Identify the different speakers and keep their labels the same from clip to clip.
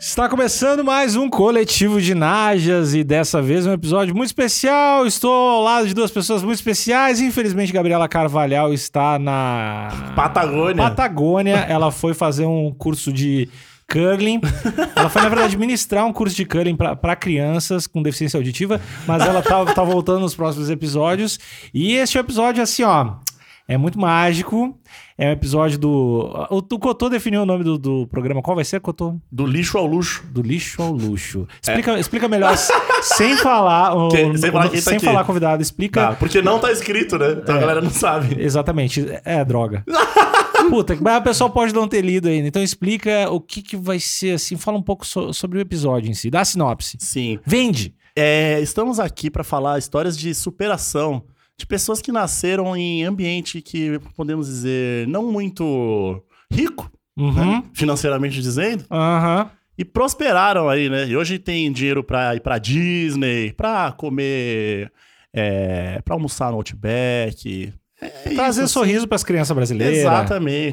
Speaker 1: Está começando mais um coletivo de Najas e dessa vez um episódio muito especial. Estou ao lado de duas pessoas muito especiais. Infelizmente, Gabriela Carvalhal está na
Speaker 2: Patagônia.
Speaker 1: Patagônia. Ela foi fazer um curso de curling. Ela foi, na verdade, ministrar um curso de curling para crianças com deficiência auditiva, mas ela tá, tá voltando nos próximos episódios. E este episódio, assim, ó, é muito mágico. É um episódio do. O, o Cotô definiu o nome do, do programa. Qual vai ser, Cotô?
Speaker 2: Do lixo ao luxo.
Speaker 1: Do lixo ao luxo. Explica, explica melhor, s- sem falar, o-
Speaker 2: É. Que- sem falar
Speaker 1: o-
Speaker 2: quem tá
Speaker 1: sem
Speaker 2: aqui.
Speaker 1: falar convidado, explica.
Speaker 2: Tá, porque não tá escrito, né? Então a galera não sabe.
Speaker 1: Exatamente, é droga. Puta, mas a pessoa pode não ter lido ainda. Então explica o que, que vai ser assim. Fala um pouco so- sobre o episódio em si. Dá a sinopse.
Speaker 2: Sim.
Speaker 1: Vende!
Speaker 2: É, estamos aqui pra falar histórias de superação de pessoas que nasceram em ambiente que podemos dizer não muito rico,
Speaker 1: Uhum.
Speaker 2: né? financeiramente dizendo,
Speaker 1: Aham.
Speaker 2: e prosperaram aí, né? E hoje tem dinheiro pra ir pra Disney, pra comer, é, pra almoçar no Outback. É
Speaker 1: Trazer
Speaker 2: isso,
Speaker 1: sorriso pras crianças
Speaker 2: assim.
Speaker 1: brasileiras.
Speaker 2: Exatamente,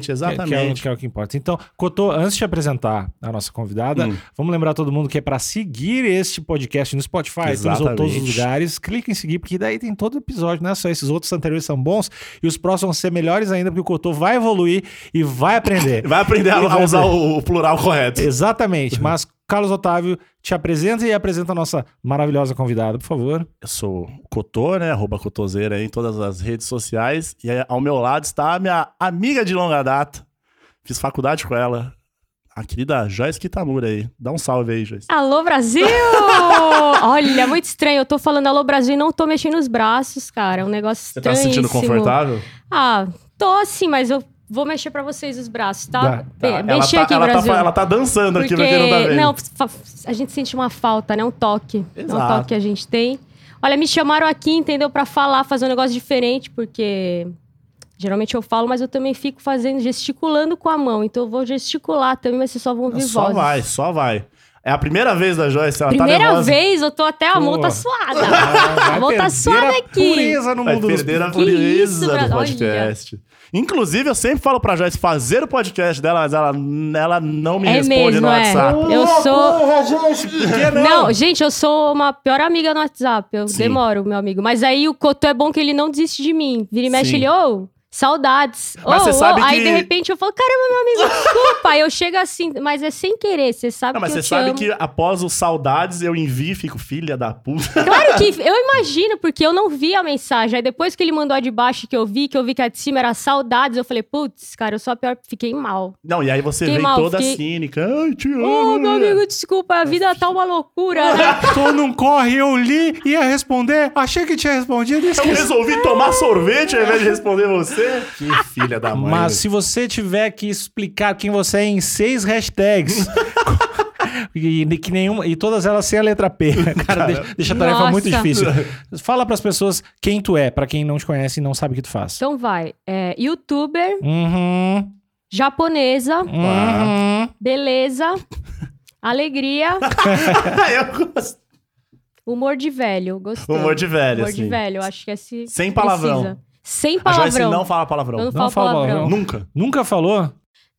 Speaker 1: Que- Que, é, o-
Speaker 2: exatamente.
Speaker 1: que é o que importa. Então, Cotô, antes de apresentar a nossa convidada,
Speaker 2: Hum.
Speaker 1: vamos lembrar todo mundo que é para seguir este podcast no Spotify, estamos em todos os
Speaker 2: Exatamente.
Speaker 1: lugares. Clica em seguir, porque daí tem todo episódio, não é só esses outros anteriores são bons e os próximos vão ser melhores ainda, porque o Cotô vai evoluir e vai aprender.
Speaker 2: Vai aprender a,
Speaker 1: E vai
Speaker 2: a usar o, o plural correto.
Speaker 1: Exatamente. Mas, Carlos Otávio, te apresenta e apresenta a nossa maravilhosa convidada, por favor.
Speaker 2: Eu sou o Cotô, né? Arroba Cotoseira aí em todas as redes sociais. E aí, ao meu lado está a minha amiga de longa data. Fiz faculdade com ela. A querida Joyce Kitamura aí. Dá um salve aí, Joyce.
Speaker 3: Alô, Brasil! Olha, muito estranho. Eu tô falando alô, Brasil e não tô mexendo os braços, cara. É um negócio
Speaker 2: Você
Speaker 3: estranho.
Speaker 2: tá se sentindo confortável?
Speaker 3: Ah, tô sim, mas eu vou mexer pra vocês os braços,
Speaker 1: Dá,
Speaker 3: tá?
Speaker 2: Tá.
Speaker 3: Be-
Speaker 2: Ela,
Speaker 3: Mexer
Speaker 2: tá,
Speaker 3: aqui,
Speaker 2: ela, tá,
Speaker 3: Brasil.
Speaker 2: fa- ela tá dançando aqui pra quem não tá vendo.
Speaker 3: não, fa- a gente sente uma falta, né? Um toque. É um
Speaker 2: Exato.
Speaker 3: toque que a gente tem. Olha, me chamaram aqui, entendeu? Pra falar, fazer um negócio diferente, porque geralmente eu falo, mas eu também fico fazendo, gesticulando com a mão. Então eu vou gesticular também, mas vocês só vão ouvir
Speaker 2: só
Speaker 3: vozes.
Speaker 2: vai, só vai. É a primeira vez da Joyce, ela tá
Speaker 3: Primeira
Speaker 2: nervosa.
Speaker 3: vez, eu tô até a mão
Speaker 1: Pô.
Speaker 3: tá suada.
Speaker 1: Ah, Vai
Speaker 3: Vou tá
Speaker 1: perder
Speaker 3: suave
Speaker 1: a
Speaker 3: aqui.
Speaker 1: Pureza no
Speaker 2: Vai
Speaker 1: mundo dos
Speaker 2: perder a
Speaker 3: Que isso,
Speaker 2: pureza do
Speaker 3: Brasil?
Speaker 2: podcast. Inclusive, eu sempre falo pra Joyce fazer o podcast dela, mas ela, ela não me
Speaker 3: É
Speaker 2: responde no
Speaker 3: mesmo, é.
Speaker 2: WhatsApp.
Speaker 3: Eu sou-
Speaker 1: Porra, gente, por que não?
Speaker 3: Não, gente, eu sou uma pior amiga no WhatsApp. Eu
Speaker 2: Sim.
Speaker 3: demoro, meu amigo. Mas aí o Cotô é bom que ele não desiste de mim. Vira e mexe,
Speaker 2: Sim.
Speaker 3: ele, ô, saudades.
Speaker 2: Mas
Speaker 3: Ô,
Speaker 2: você
Speaker 3: ô,
Speaker 2: sabe
Speaker 3: Aí
Speaker 2: que-
Speaker 3: de repente eu falo, caramba, meu amigo, desculpa. aí eu chego assim, mas é sem querer, você sabe
Speaker 2: Não, mas
Speaker 3: que
Speaker 2: você
Speaker 3: eu te
Speaker 2: sabe
Speaker 3: amo.
Speaker 2: que após os saudades eu envio e fico, filha da puta.
Speaker 3: Claro que eu imagino, porque eu não vi a mensagem. Aí depois que ele mandou a de baixo que eu vi, que eu vi que a de cima era saudades, eu falei, putz, cara, eu sou a pior, fiquei mal.
Speaker 2: Não, e aí você
Speaker 3: Fiquei
Speaker 2: vem
Speaker 3: mal,
Speaker 2: toda
Speaker 3: fiquei-
Speaker 2: cínica. Ai, te amo. né?
Speaker 3: Ô, meu amigo, desculpa, a vida tá uma loucura, né?
Speaker 1: Tô num corre, eu li, ia responder, achei que tinha respondido e
Speaker 2: Eu
Speaker 1: esqueci.
Speaker 2: resolvi tomar sorvete ao invés de responder você. Que filha da mãe.
Speaker 1: Mas se você tiver que explicar quem você é em seis hashtags. E, e que nenhuma, e todas elas sem a letra P. Cara, deixa, deixa a tarefa
Speaker 3: Nossa.
Speaker 1: muito difícil. Fala pras pessoas quem tu é, pra quem não te conhece e não sabe o que tu faz.
Speaker 3: Então vai. É, youtuber,
Speaker 1: Uhum,
Speaker 3: japonesa,
Speaker 1: uhum.
Speaker 3: beleza, alegria,
Speaker 2: eu gosto.
Speaker 3: humor de velho. Gostou.
Speaker 2: né? Humor de velho,
Speaker 3: Humor
Speaker 2: assim.
Speaker 3: de velho, acho que esse.
Speaker 2: Sem palavrão.
Speaker 3: precisa. Sem
Speaker 2: A Joyce
Speaker 3: palavrão.
Speaker 2: não fala palavrão.
Speaker 3: Eu não,
Speaker 1: Não
Speaker 3: falo
Speaker 1: fala
Speaker 3: palavrão.
Speaker 1: palavrão.
Speaker 2: Nunca.
Speaker 1: Nunca falou?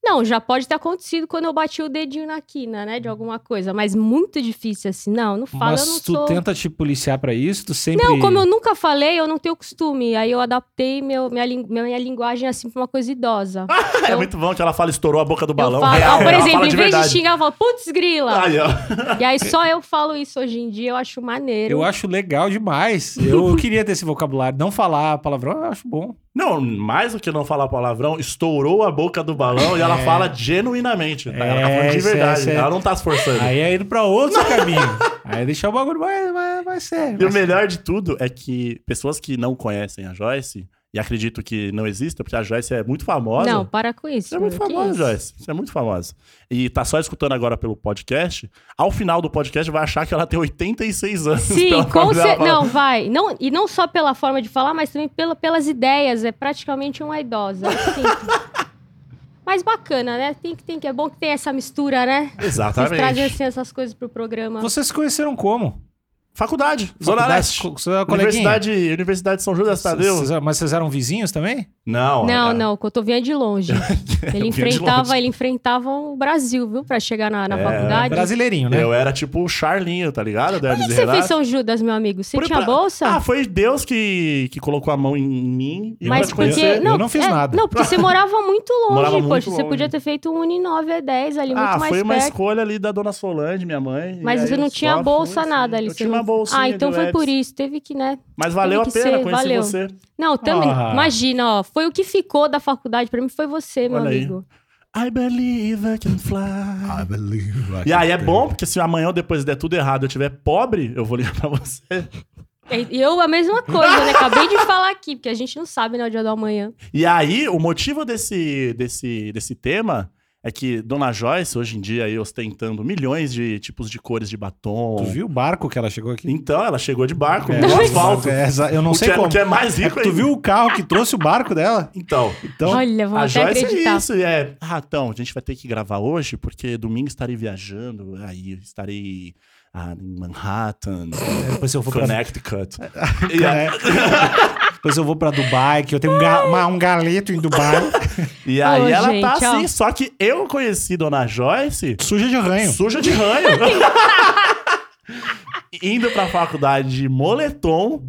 Speaker 3: Não, já pode ter acontecido quando eu bati o dedinho na quina, né? De alguma coisa. Mas muito difícil assim. Não, não fala, eu não
Speaker 1: mas tu
Speaker 3: sou.
Speaker 1: tenta te policiar pra isso? Tu sempre.
Speaker 3: Não, como eu nunca falei, eu não tenho costume. Aí eu adaptei meu, minha, lin- minha linguagem assim pra uma coisa idosa. Então,
Speaker 2: É
Speaker 3: Eu-
Speaker 2: muito bom que ela fala, estourou a boca do balão.
Speaker 3: eu falo,
Speaker 2: Real,
Speaker 3: ó, por
Speaker 2: ela
Speaker 3: exemplo,
Speaker 2: fala
Speaker 3: em
Speaker 2: de
Speaker 3: vez de
Speaker 2: verdade.
Speaker 3: xingar, eu falo, putz, grila.
Speaker 2: Aí, ó.
Speaker 3: E aí só eu falo isso hoje em dia, eu acho maneiro.
Speaker 1: Eu acho legal demais. Eu queria ter esse vocabulário. Não falar palavrão, eu acho bom.
Speaker 2: Não, mais do que não falar palavrão, estourou a boca do balão e ela fala genuinamente. tá? Ela tá
Speaker 1: É,
Speaker 2: falando de
Speaker 1: isso é,
Speaker 2: verdade.
Speaker 1: isso é.
Speaker 2: Ela não tá se forçando.
Speaker 1: Aí é indo pra outro caminho. Aí deixar o bagulho mais, mais, mais sério.
Speaker 2: E o melhor de tudo é que pessoas que não conhecem a Joyce, e acredito que não exista, porque a Joyce é muito famosa.
Speaker 3: Não, para com isso.
Speaker 2: Você é muito
Speaker 3: mano, que
Speaker 2: famosa,
Speaker 3: isso?
Speaker 2: Joyce. Você é muito famosa. E tá só escutando agora pelo podcast. Ao final do podcast, vai achar que ela tem 86 anos. pela
Speaker 3: Sim, com
Speaker 2: forma dela
Speaker 3: certeza.
Speaker 2: falar.
Speaker 3: Não, vai. Não, e não só pela forma de falar, mas também pela, pelas ideias. É praticamente uma idosa. assim. é Mas bacana, né? Tem que, tem que. É bom que tem essa mistura, né? Vocês trazem
Speaker 2: Exatamente.
Speaker 3: assim, essas coisas pro programa.
Speaker 1: Vocês se conheceram como?
Speaker 2: Faculdade, Zona Leste.
Speaker 1: Co- Você é coleguinha?
Speaker 2: Universidade, Universidade de São Judas Tadeu.
Speaker 1: Vocês- Mas vocês eram vizinhos também?
Speaker 2: Não,
Speaker 3: Não,
Speaker 2: cara.
Speaker 3: não, o Cotovinha é de longe. Ele
Speaker 2: Eu vinha de
Speaker 3: enfrentava,
Speaker 2: longe. É,
Speaker 3: ele enfrentava o Brasil, viu? Pra chegar na, na faculdade.
Speaker 1: Brasileirinho, né?
Speaker 2: Eu era tipo o Charlinho, tá ligado? Da
Speaker 3: Por que
Speaker 2: Hermes
Speaker 3: que
Speaker 2: e
Speaker 3: você
Speaker 2: Renato.
Speaker 3: fez São Judas, meu amigo? Você
Speaker 2: Por-
Speaker 3: tinha
Speaker 2: pra-
Speaker 3: bolsa?
Speaker 2: Ah, foi Deus que, que colocou a mão em mim. E
Speaker 3: Mas
Speaker 2: pra te
Speaker 3: porque.
Speaker 2: conhecer.
Speaker 3: Não,
Speaker 1: Eu não fiz
Speaker 3: é,
Speaker 1: nada.
Speaker 3: Não, porque você morava muito longe,
Speaker 2: Morava muito
Speaker 3: poxa. Você
Speaker 2: longe.
Speaker 3: podia ter feito um Uni 9 a 10 ali,
Speaker 2: Ah,
Speaker 3: muito mais
Speaker 2: foi uma
Speaker 3: perto.
Speaker 2: escolha ali da dona Solange, minha mãe. e
Speaker 3: Mas
Speaker 2: aí
Speaker 3: você não
Speaker 2: eu
Speaker 3: tinha
Speaker 2: só
Speaker 3: bolsa,
Speaker 2: fui, assim.
Speaker 3: nada ali.
Speaker 2: Eu
Speaker 3: você
Speaker 2: tinha
Speaker 3: não-
Speaker 2: uma bolsinha
Speaker 3: Ah, então
Speaker 2: do
Speaker 3: foi por
Speaker 2: Leves.
Speaker 3: isso. Teve que, né?
Speaker 2: Mas valeu a
Speaker 3: Teve que
Speaker 2: pena
Speaker 3: ser,
Speaker 2: conhecer
Speaker 3: valeu.
Speaker 2: você.
Speaker 3: Não, também.
Speaker 1: Ah.
Speaker 3: Imagina, ó. Foi o que ficou da faculdade pra mim, foi você, meu
Speaker 2: Olha aí.
Speaker 3: amigo.
Speaker 2: I believe I can fly.
Speaker 1: Ah,
Speaker 4: believe
Speaker 2: E aí é bom, porque se amanhã ou depois der tudo errado e eu tiver pobre, eu vou ligar pra você.
Speaker 3: E eu, a mesma coisa, né? Acabei de falar aqui, porque a gente não sabe, né? O dia do amanhã.
Speaker 2: E aí, o motivo desse, desse, desse tema é que Dona Joyce, hoje em dia, aí, ostentando milhões de tipos de cores de batom.
Speaker 1: Tu viu o barco que ela chegou aqui?
Speaker 2: Então, ela chegou de barco,
Speaker 1: É,
Speaker 2: no
Speaker 1: o
Speaker 2: asfalto.
Speaker 1: barco, é, exa- eu não
Speaker 2: o,
Speaker 1: sei
Speaker 2: que é,
Speaker 1: como.
Speaker 2: o que é mais
Speaker 1: É
Speaker 2: rico
Speaker 1: que tu
Speaker 2: ainda.
Speaker 1: viu o carro que trouxe o barco dela?
Speaker 2: Então,
Speaker 1: Então,
Speaker 3: Olha,
Speaker 2: a
Speaker 3: vamos até
Speaker 2: Joyce
Speaker 3: acreditar.
Speaker 2: é isso, e é. Ratão, a gente vai ter que gravar hoje, porque domingo estarei viajando, aí estarei ah, em Manhattan,
Speaker 1: É, depois eu vou pra
Speaker 2: Connecticut. E a-
Speaker 1: É. Depois eu vou pra Dubai, que eu tenho um, ga- uma- um galeto em Dubai.
Speaker 2: E aí
Speaker 3: Ô,
Speaker 2: ela
Speaker 3: gente,
Speaker 2: tá assim,
Speaker 3: ó.
Speaker 2: só que eu conheci Dona Joyce
Speaker 1: Suja de ranho.
Speaker 2: suja de ranho. Indo pra faculdade de moletom,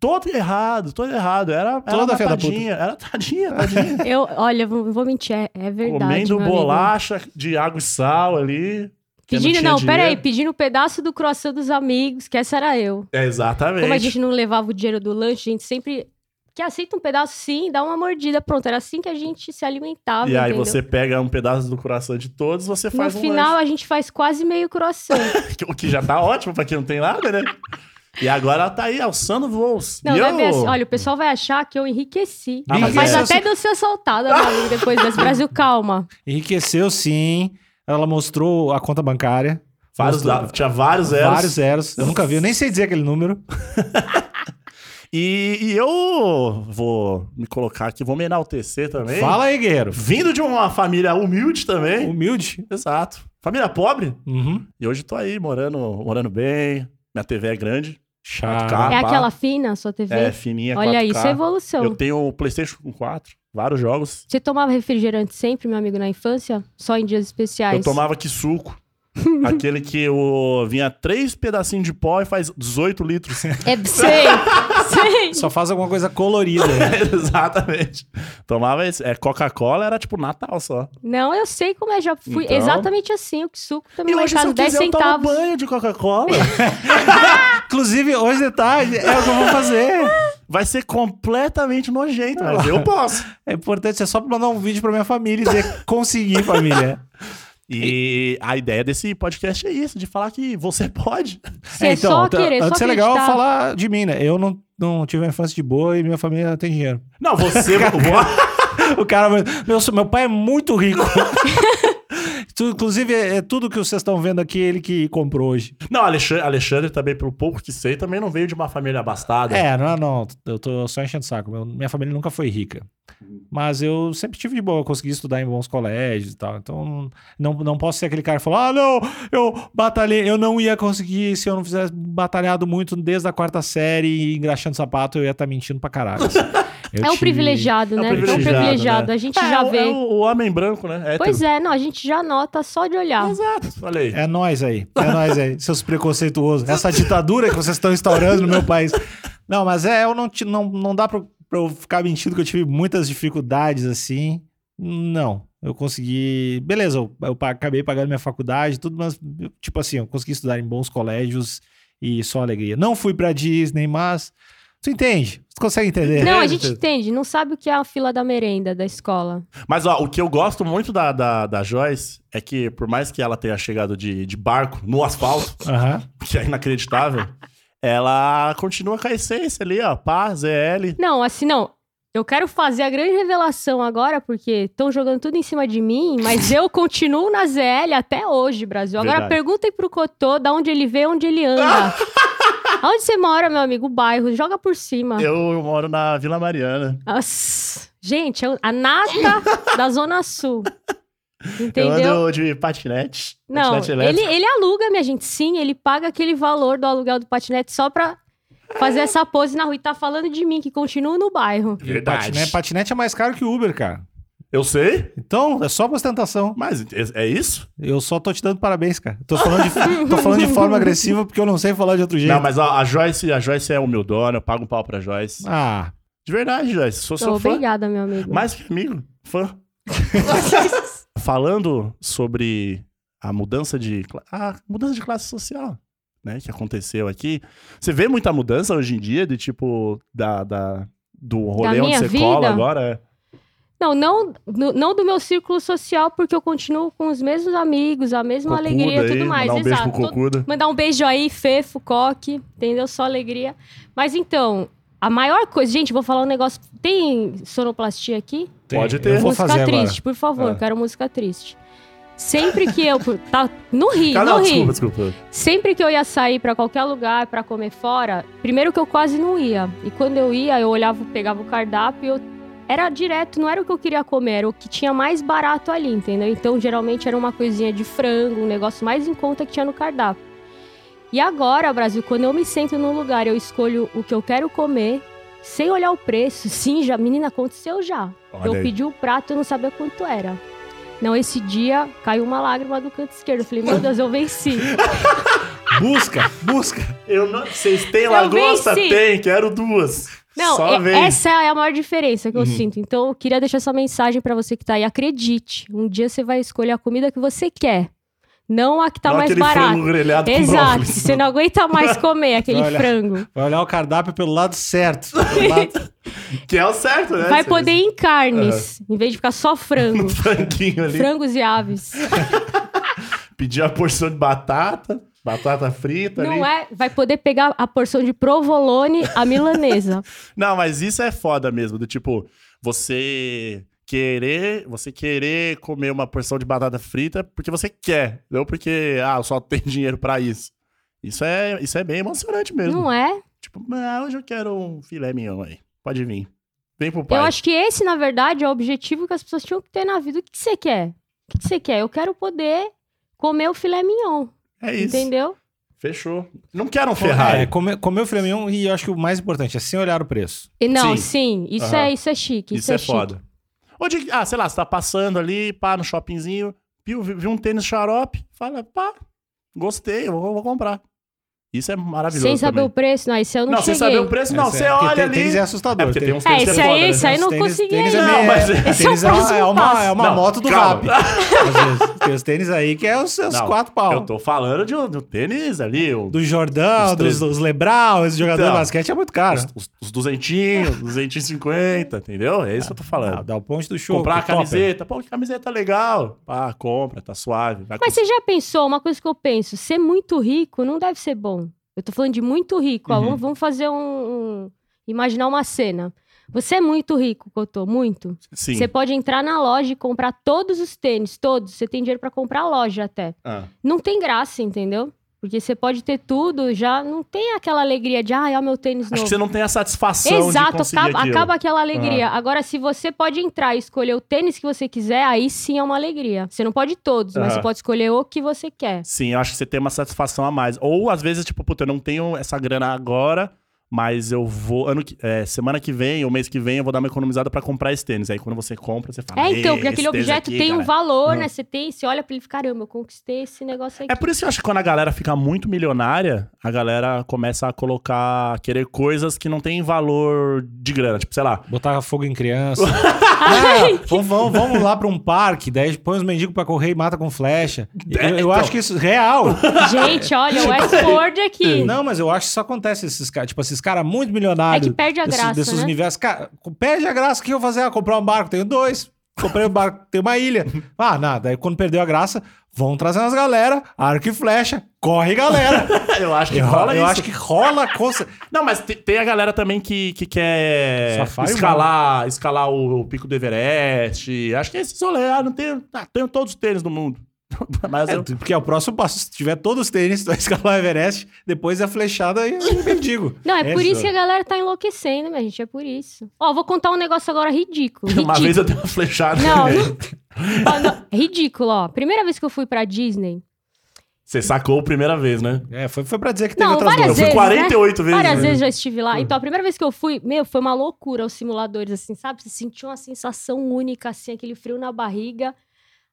Speaker 2: todo errado, todo errado. Era, era
Speaker 1: Toda
Speaker 2: uma
Speaker 1: filha da puta.
Speaker 2: tadinha, era tadinha, tadinha.
Speaker 3: Eu, olha, vou, vou mentir, é, é verdade.
Speaker 2: Comendo
Speaker 3: meu amigo.
Speaker 2: bolacha de água e sal ali. porque
Speaker 3: Pedindo,
Speaker 2: tinha
Speaker 3: não,
Speaker 2: dinheiro.
Speaker 3: peraí, pedindo um pedaço do croissant dos amigos, que essa era eu.
Speaker 2: É, Exatamente.
Speaker 3: Como a gente não levava o dinheiro do lanche, a gente sempre. Que aceita um pedaço sim, dá uma mordida. Pronto, era assim que a gente se alimentava.
Speaker 2: E aí
Speaker 3: entendeu?
Speaker 2: você pega um pedaço do coração de todos, você
Speaker 3: No
Speaker 2: faz um
Speaker 3: final, a gente faz quase meio croissant.
Speaker 2: lanche, que- o que já tá ótimo pra quem não tem nada, né? E agora ela tá aí alçando voos.
Speaker 3: Não,
Speaker 2: e
Speaker 3: vai
Speaker 2: eu...
Speaker 3: ver assim. Olha, o pessoal vai achar que eu enriqueci.
Speaker 2: Ah, mas
Speaker 3: mas
Speaker 2: é.
Speaker 3: até deu ser assaltada, meu amigo, depois desse. Brasil, calma.
Speaker 1: Enriqueceu sim. Ela mostrou a conta bancária.
Speaker 2: vários,
Speaker 1: Mostrou
Speaker 2: da- tinha vários zeros.
Speaker 1: Vários zeros. Eu nunca vi, eu nem sei dizer aquele número.
Speaker 2: E, e eu vou me colocar aqui, vou me enaltecer também.
Speaker 1: Fala Hum. aí, guerreiro.
Speaker 2: Vindo de uma família humilde também.
Speaker 1: Humilde.
Speaker 2: Exato. Família pobre.
Speaker 1: Uhum.
Speaker 2: E hoje tô aí morando, morando bem. Minha TV é grande.
Speaker 1: Chá.
Speaker 2: Ah,
Speaker 3: é
Speaker 2: pá.
Speaker 3: aquela fina, sua TV?
Speaker 2: É fininha,
Speaker 3: Olha
Speaker 2: 4K.
Speaker 3: isso, é evolução.
Speaker 2: Eu tenho o PlayStation 4, vários jogos.
Speaker 3: Você tomava refrigerante sempre, meu amigo, na infância? Só em dias especiais?
Speaker 2: Eu tomava que suco. Aquele que o, vinha três pedacinhos de pó e faz 18 litros.
Speaker 3: É, sei, sei.
Speaker 1: Só faz alguma coisa colorida. né?
Speaker 2: Exatamente. Tomava esse. É, Coca-Cola era tipo Natal só.
Speaker 3: Não, eu sei como é, já fui
Speaker 2: Então.
Speaker 3: exatamente assim. O que suco também
Speaker 2: E
Speaker 3: lá em
Speaker 2: hoje, se
Speaker 3: casa,
Speaker 2: eu
Speaker 3: 10
Speaker 2: quiser, eu tomo
Speaker 3: centavos.
Speaker 2: banho de Coca-Cola.
Speaker 1: Inclusive, hoje de tarde é o que eu vou fazer.
Speaker 2: Vai ser completamente nojento, mas eu posso.
Speaker 1: É importante, é só pra mandar um vídeo pra minha família e dizer consegui, família.
Speaker 2: E a ideia desse podcast é isso, de falar que você pode.
Speaker 3: Você é só
Speaker 1: t-
Speaker 3: querer, só
Speaker 1: antes é legal
Speaker 3: acreditar.
Speaker 1: falar de mim, né? Eu não, não tive uma infância de boa e minha família tem dinheiro.
Speaker 2: Não, você...
Speaker 1: O cara, meu, meu pai é muito rico. Tu- inclusive, é, é tudo que vocês estão vendo aqui, ele que comprou hoje.
Speaker 2: não, Alexandre, Alexandre também, pelo pouco que sei, também não veio de uma família abastada.
Speaker 1: É, não, não, eu tô só enchendo o saco. Meu- minha família nunca foi rica. Mas eu sempre tive de boa, eu consegui estudar em bons colégios e tal. Então, não, não posso ser aquele cara que fala: ah, não, eu batalhei, eu não ia conseguir se eu não fizesse batalhado muito desde a quarta série e engraxando sapato, eu ia estar mentindo pra caralho. assim. Eu
Speaker 3: É um
Speaker 1: tive-
Speaker 3: privilegiado, né? É um privilegiado.
Speaker 2: privilegiado, né?
Speaker 3: A gente
Speaker 2: É,
Speaker 3: já
Speaker 2: o-
Speaker 3: vê.
Speaker 2: é o, o homem branco, né?
Speaker 3: Pois
Speaker 2: Hétero.
Speaker 3: é, não, a gente já nota só de olhar.
Speaker 2: Exato, falei.
Speaker 1: É nós aí, é nós aí, seus preconceituosos. Essa ditadura que vocês estão instaurando no meu país. Não, mas é, eu não, te- não, não dá pra, pra eu ficar mentindo que eu tive muitas dificuldades assim. Não, eu consegui. Beleza, eu, eu pa- acabei pagando minha faculdade, e tudo, mas, tipo assim, eu consegui estudar em bons colégios e só alegria. Não fui pra Disney, mas. Tu entende? Tu consegue entender?
Speaker 3: Não, a gente entende, não sabe o que é a fila da merenda da escola.
Speaker 2: Mas ó, o que eu gosto muito da, da, da Joyce é que, por mais que ela tenha chegado de, de barco no asfalto,
Speaker 1: Aham.
Speaker 2: que é inacreditável, ela continua com a essência ali, ó. Pá, ZL.
Speaker 3: Não, assim, não. Eu quero fazer a grande revelação agora, porque estão jogando tudo em cima de mim, mas eu continuo na ZL até hoje, Brasil. Agora
Speaker 2: Verdade.
Speaker 3: perguntem pro Cotô da onde ele vê, onde ele anda. Ah. Aonde você mora, meu amigo? O bairro, joga por cima.
Speaker 2: Eu moro na Vila Mariana.
Speaker 3: Nossa, Gente, é a nata da Zona Sul.
Speaker 2: Eu
Speaker 3: Entendeu?
Speaker 2: ando de patinete.
Speaker 3: Não,
Speaker 2: patinete
Speaker 3: ele,
Speaker 2: elétrico.
Speaker 3: ele aluga, minha gente. Sim, ele paga aquele valor do aluguel do patinete só pra fazer essa pose na rua. E tá falando de mim, que continuo no bairro.
Speaker 2: Verdade.
Speaker 1: Patinete, patinete é mais caro que Uber, cara.
Speaker 2: Eu sei,
Speaker 1: Então, é só uma ostentação.
Speaker 2: mas é- é isso?
Speaker 1: Eu só tô te dando parabéns, cara. Tô falando de, tô falando de forma agressiva porque eu não sei falar de outro jeito.
Speaker 2: Não, mas a, a Joyce, a Joyce é humildona, eu pago um pau pra Joyce.
Speaker 1: Ah,
Speaker 2: De verdade, Joyce, sou
Speaker 3: Então,
Speaker 2: seu fã.
Speaker 3: obrigada, meu amigo.
Speaker 2: Mais que amigo, fã. Falando sobre a mudança de cla- a mudança de classe social, né, que aconteceu aqui. Você vê muita mudança hoje em dia de tipo da, da- do rolê onde
Speaker 3: minha
Speaker 2: você
Speaker 3: vida?
Speaker 2: cola agora. é,
Speaker 3: Não, não, no- não do meu círculo social, porque eu continuo com os mesmos amigos, a mesma
Speaker 2: Cocuda
Speaker 3: alegria e tudo
Speaker 2: aí,
Speaker 3: mais.
Speaker 2: Mandar um beijo
Speaker 3: Exato.
Speaker 2: pro
Speaker 3: Todo-
Speaker 2: Cocuda.
Speaker 3: Mandar um beijo aí, Fefo, Coque, entendeu? Só alegria. Mas então, a maior coisa. Gente, vou falar um negócio. Tem sonoplastia aqui?
Speaker 1: tem-
Speaker 2: Pode ter.
Speaker 1: Eu vou
Speaker 3: música
Speaker 1: fazer agora.
Speaker 3: triste, por favor,
Speaker 2: Ah.
Speaker 3: quero música triste. Sempre que eu. Tá, não ri,
Speaker 2: Cara,
Speaker 3: não
Speaker 2: não,
Speaker 3: ri.
Speaker 2: um, desculpa, desculpa.
Speaker 3: Sempre que eu ia sair pra qualquer lugar pra comer fora, primeiro que eu quase não ia. E quando eu ia, eu olhava, pegava o cardápio, eu era direto, não era o que eu queria comer, era o que tinha mais barato ali, entendeu? Então, geralmente era uma coisinha de frango, um negócio mais em conta que tinha no cardápio. E agora, Brasil, quando eu me sento num lugar, eu escolho o que eu quero comer, sem olhar o preço. Sim, já, menina, aconteceu já.
Speaker 2: Olha
Speaker 3: eu
Speaker 2: aí.
Speaker 3: pedi o prato, eu não sabia quanto era. Não, esse dia caiu uma lágrima do canto esquerdo. Eu falei, meu Deus, eu venci.
Speaker 1: Busca, busca.
Speaker 2: Eu não- Vocês têm
Speaker 3: Eu
Speaker 2: lagosta?
Speaker 3: venci.
Speaker 2: Tem, quero duas.
Speaker 3: Não,
Speaker 2: Só
Speaker 3: é-
Speaker 2: vem.
Speaker 3: essa é a maior diferença que eu
Speaker 2: Uhum.
Speaker 3: sinto. Então, eu queria deixar essa mensagem pra você que tá aí. Acredite, um dia você vai escolher a comida que você quer, não a que tá
Speaker 2: Não
Speaker 3: mais
Speaker 2: aquele frango
Speaker 3: barata.
Speaker 2: grelhado com
Speaker 3: Exato,
Speaker 2: brócolis.
Speaker 3: você não aguenta mais comer aquele
Speaker 1: Olha.
Speaker 3: frango.
Speaker 1: Vai olhar o cardápio pelo lado certo. Pelo lado-
Speaker 2: Que é o certo, né?
Speaker 3: Vai
Speaker 2: Você-
Speaker 3: poder ir em carnes, em vez de ficar só frango.
Speaker 2: Franguinho Tá ali.
Speaker 3: Frangos e aves.
Speaker 2: Pedir a porção de batata, batata frita Tá ali.
Speaker 3: Não é? Vai poder pegar a porção de provolone à milanesa.
Speaker 2: Não, mas isso é foda mesmo, do tipo, você querer, você querer comer uma porção de batata frita porque você quer, não porque ah, eu só tenho dinheiro pra isso. Isso é, isso é bem emocionante mesmo.
Speaker 3: Não é?
Speaker 2: Tipo, ah, hoje eu quero um filé mignon aí. Pode vir. Vem pro pai.
Speaker 3: Eu acho que esse, na verdade, é o objetivo que as pessoas tinham que ter na vida. O que que você quer? O que que você quer? Eu quero poder comer o filé mignon,
Speaker 2: É isso.
Speaker 3: entendeu?
Speaker 2: Fechou. Não quero um
Speaker 1: É,
Speaker 2: Ferrari.
Speaker 1: comer, comer o filé mignon e eu acho que o mais importante é sem olhar o preço.
Speaker 3: E não,
Speaker 2: Sim.
Speaker 3: sim, isso,
Speaker 2: Aham.
Speaker 3: é, isso é chique. Isso,
Speaker 2: Isso é
Speaker 3: chique.
Speaker 2: foda. Ou de, ah, sei lá, você tá passando ali, pá, no shoppingzinho, viu, viu um tênis xarope, fala, pá, gostei, eu vou, vou comprar. Isso é maravilhoso
Speaker 3: Sem saber
Speaker 2: também.
Speaker 3: o preço, não, esse eu não,
Speaker 2: Não,
Speaker 3: cheguei.
Speaker 2: sem saber o preço, não.
Speaker 1: Essa é-
Speaker 2: Você
Speaker 1: porque
Speaker 2: olha
Speaker 1: tem-
Speaker 2: ali...
Speaker 1: Tênis é assustador.
Speaker 2: É, porque tem uns
Speaker 3: É,
Speaker 2: tênis
Speaker 3: esse
Speaker 2: que é foda,
Speaker 3: aí,
Speaker 2: né?
Speaker 3: esse aí eu não
Speaker 1: Tênis-
Speaker 3: consegui
Speaker 1: tênis
Speaker 3: ainda.
Speaker 1: é
Speaker 2: Não,
Speaker 1: meio-
Speaker 2: mas...
Speaker 3: Esse é
Speaker 1: Tênis é
Speaker 3: o
Speaker 1: uma,
Speaker 3: próximo
Speaker 1: é uma,
Speaker 3: passo.
Speaker 1: é uma
Speaker 2: Não,
Speaker 1: moto do
Speaker 2: calma.
Speaker 1: rap. Às vezes. Tem os tênis aí que é os seus
Speaker 2: Não,
Speaker 1: quatro pau.
Speaker 2: Eu tô falando de um, de um tênis ali, o-
Speaker 1: Do Jordão,
Speaker 2: Os três.
Speaker 1: dos, dos Lebral, esse jogador
Speaker 2: Então.
Speaker 1: de basquete é muito caro.
Speaker 2: os, os, os duzentinhos, duzentinhos e cinquenta, entendeu? É isso que eu tô
Speaker 1: Ah,
Speaker 2: falando.
Speaker 1: dá o é. ponte do show. né?
Speaker 2: Comprar a
Speaker 1: topper.
Speaker 2: camiseta. Pô, que camiseta legal. Pá, compra, tá suave. Vai
Speaker 3: Mas você já pensou, uma coisa que eu penso, ser muito rico não deve ser bom. Eu tô falando de muito rico, ó,
Speaker 2: Uhum.
Speaker 3: vamos- vamos fazer um, um- Imaginar uma cena. Você é muito rico, Cotô, muito.
Speaker 2: Sim.
Speaker 3: Você pode entrar na loja e comprar todos os tênis, todos. Você tem dinheiro pra comprar a loja até.
Speaker 2: Ah.
Speaker 3: Não tem graça, entendeu? Porque você pode ter tudo, já não tem aquela alegria de, ah, é o meu tênis
Speaker 2: Acho
Speaker 3: novo.
Speaker 2: que você não tem a satisfação de
Speaker 3: Exato,
Speaker 2: conseguir
Speaker 3: acaba,
Speaker 2: aquilo. Ah.
Speaker 3: acaba aquela alegria. Agora, se você pode entrar e escolher o tênis que você quiser, aí sim é uma alegria. Você não pode todos, mas
Speaker 2: Aham.
Speaker 3: você pode escolher o que você quer.
Speaker 2: Sim, eu acho que você tem uma satisfação a mais. Ou às vezes, tipo, puta, eu não tenho essa grana agora, mas eu vou. Ano que- é, semana que vem, ou mês que vem, eu vou dar uma economizada pra comprar esse tênis. Aí quando você compra, você fala.
Speaker 3: É, então,
Speaker 2: "Ei,
Speaker 3: porque aquele
Speaker 2: esse tênis
Speaker 3: objeto
Speaker 2: aqui,
Speaker 3: tem um
Speaker 2: cara." Hum.
Speaker 3: valor, né? Você tem, você olha pra ele e fala, caramba, eu conquistei esse negócio aqui.
Speaker 2: É por isso que eu acho que quando a galera fica muito milionária, a galera começa a colocar, querer coisas que não tem valor de grana. Tipo, sei lá.
Speaker 1: Botar fogo em criança. Não, Ah, vamos, vamos- vamos lá pra um parque, daí põe os mendigos pra correr e mata com flecha. Eu, eu
Speaker 2: então.
Speaker 1: acho que isso é real.
Speaker 3: Gente, olha, o Westworld aqui.
Speaker 1: Não, mas eu acho que isso acontece, esses caras. Tipo, esses caras muito
Speaker 3: É
Speaker 1: milionários.
Speaker 3: que perde a
Speaker 1: desses-
Speaker 3: graça,
Speaker 1: desses
Speaker 3: né?
Speaker 1: universos. Cara, perde a graça. O que eu vou fazer? Ah, comprar um barco, tenho dois. Comprei um barco, tenho uma ilha. Ah, nada. Aí quando perdeu a graça, vão trazendo as galera, arco e flecha. Corre, galera.
Speaker 2: Eu acho que
Speaker 1: Eu,
Speaker 2: rola
Speaker 1: eu
Speaker 2: isso.
Speaker 1: acho que rola. Conce...
Speaker 2: Não, mas te- tem a galera também que, que quer
Speaker 1: Só faz
Speaker 2: escalar, escalar o, o pico do Everest. Acho que é esse rolê. Ah, não tenho, ah, tenho todos os tênis do mundo. Mas
Speaker 1: É,
Speaker 2: eu,
Speaker 1: tu- porque é o próximo passo. Se tiver todos os tênis, tu vai escalar o Everest, depois a flechada e o mendigo.
Speaker 3: Não, é, por
Speaker 1: Essa-
Speaker 3: isso que a galera tá enlouquecendo, minha gente. É por isso. Ó, vou contar um negócio agora ridículo. ridículo.
Speaker 2: uma vez eu dei uma flechada.
Speaker 3: Não, não. Ó, não. é Ridículo, ó. Primeira vez que eu fui pra Disney.
Speaker 2: Você sacou a primeira vez, né?
Speaker 1: É, foi, foi pra dizer que teve
Speaker 3: Não,
Speaker 1: outras
Speaker 3: várias
Speaker 2: Eu
Speaker 1: duas.
Speaker 2: fui
Speaker 3: vezes.
Speaker 2: 48
Speaker 3: né?
Speaker 2: vezes.
Speaker 3: Várias vezes já estive
Speaker 2: Ah.
Speaker 3: lá. Então, a primeira vez que eu fui, meu, foi uma loucura os simuladores, assim, sabe? Você sentia uma sensação única, assim, aquele frio na barriga.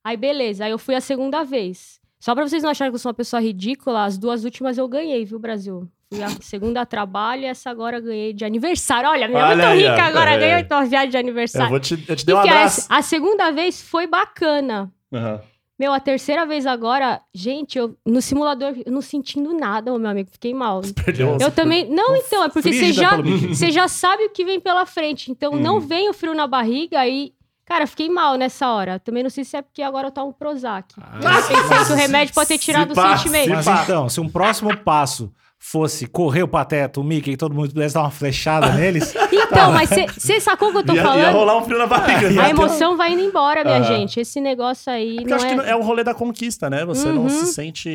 Speaker 3: Aí, beleza. Aí eu fui a segunda vez. Só pra vocês não acharem que eu sou uma pessoa ridícula, as duas últimas eu ganhei, viu, Brasil? Fui a segunda a trabalho e essa agora eu ganhei de aniversário. Olha, minha
Speaker 2: Olha
Speaker 3: muito
Speaker 2: aí,
Speaker 3: rica
Speaker 2: ó.
Speaker 3: agora,
Speaker 2: É.
Speaker 3: ganhei uma viagem de aniversário.
Speaker 2: Eu, vou te, eu te dei um
Speaker 3: Enfim, a-
Speaker 2: abraço.
Speaker 3: a segunda vez foi bacana.
Speaker 2: Aham.
Speaker 3: Meu, a terceira vez agora, gente, eu no simulador, eu não sentindo nada, ô, meu amigo, fiquei mal.
Speaker 2: Perdeu
Speaker 3: Eu também. Não, então, é porque você
Speaker 1: Frígida
Speaker 3: já,
Speaker 1: pelo menos.
Speaker 3: você já sabe o que vem pela frente. Então,
Speaker 2: Hum.
Speaker 3: não vem o frio na barriga e. Cara, fiquei mal nessa hora. Também não sei se é porque agora eu tomo Prozac.
Speaker 1: Ah,
Speaker 3: Pensei que o remédio pode ter
Speaker 2: Se
Speaker 3: tirado o
Speaker 2: pá,
Speaker 3: sentimento.
Speaker 1: Mas então, se um próximo passo fosse correr o Pateta, o Mickey, e todo mundo pudesse dar uma flechada neles,
Speaker 3: Então, mas você sacou o que eu
Speaker 2: tá.
Speaker 3: tô
Speaker 2: ia, ia
Speaker 3: falando?
Speaker 2: rolar um frio na barriga. né?
Speaker 3: A emoção vai indo embora, minha
Speaker 2: Aham.
Speaker 3: gente. Esse negócio aí
Speaker 2: Porque
Speaker 3: não
Speaker 2: eu acho
Speaker 3: é...
Speaker 2: que é o rolê da conquista, né? Você não
Speaker 3: Uhum.
Speaker 2: se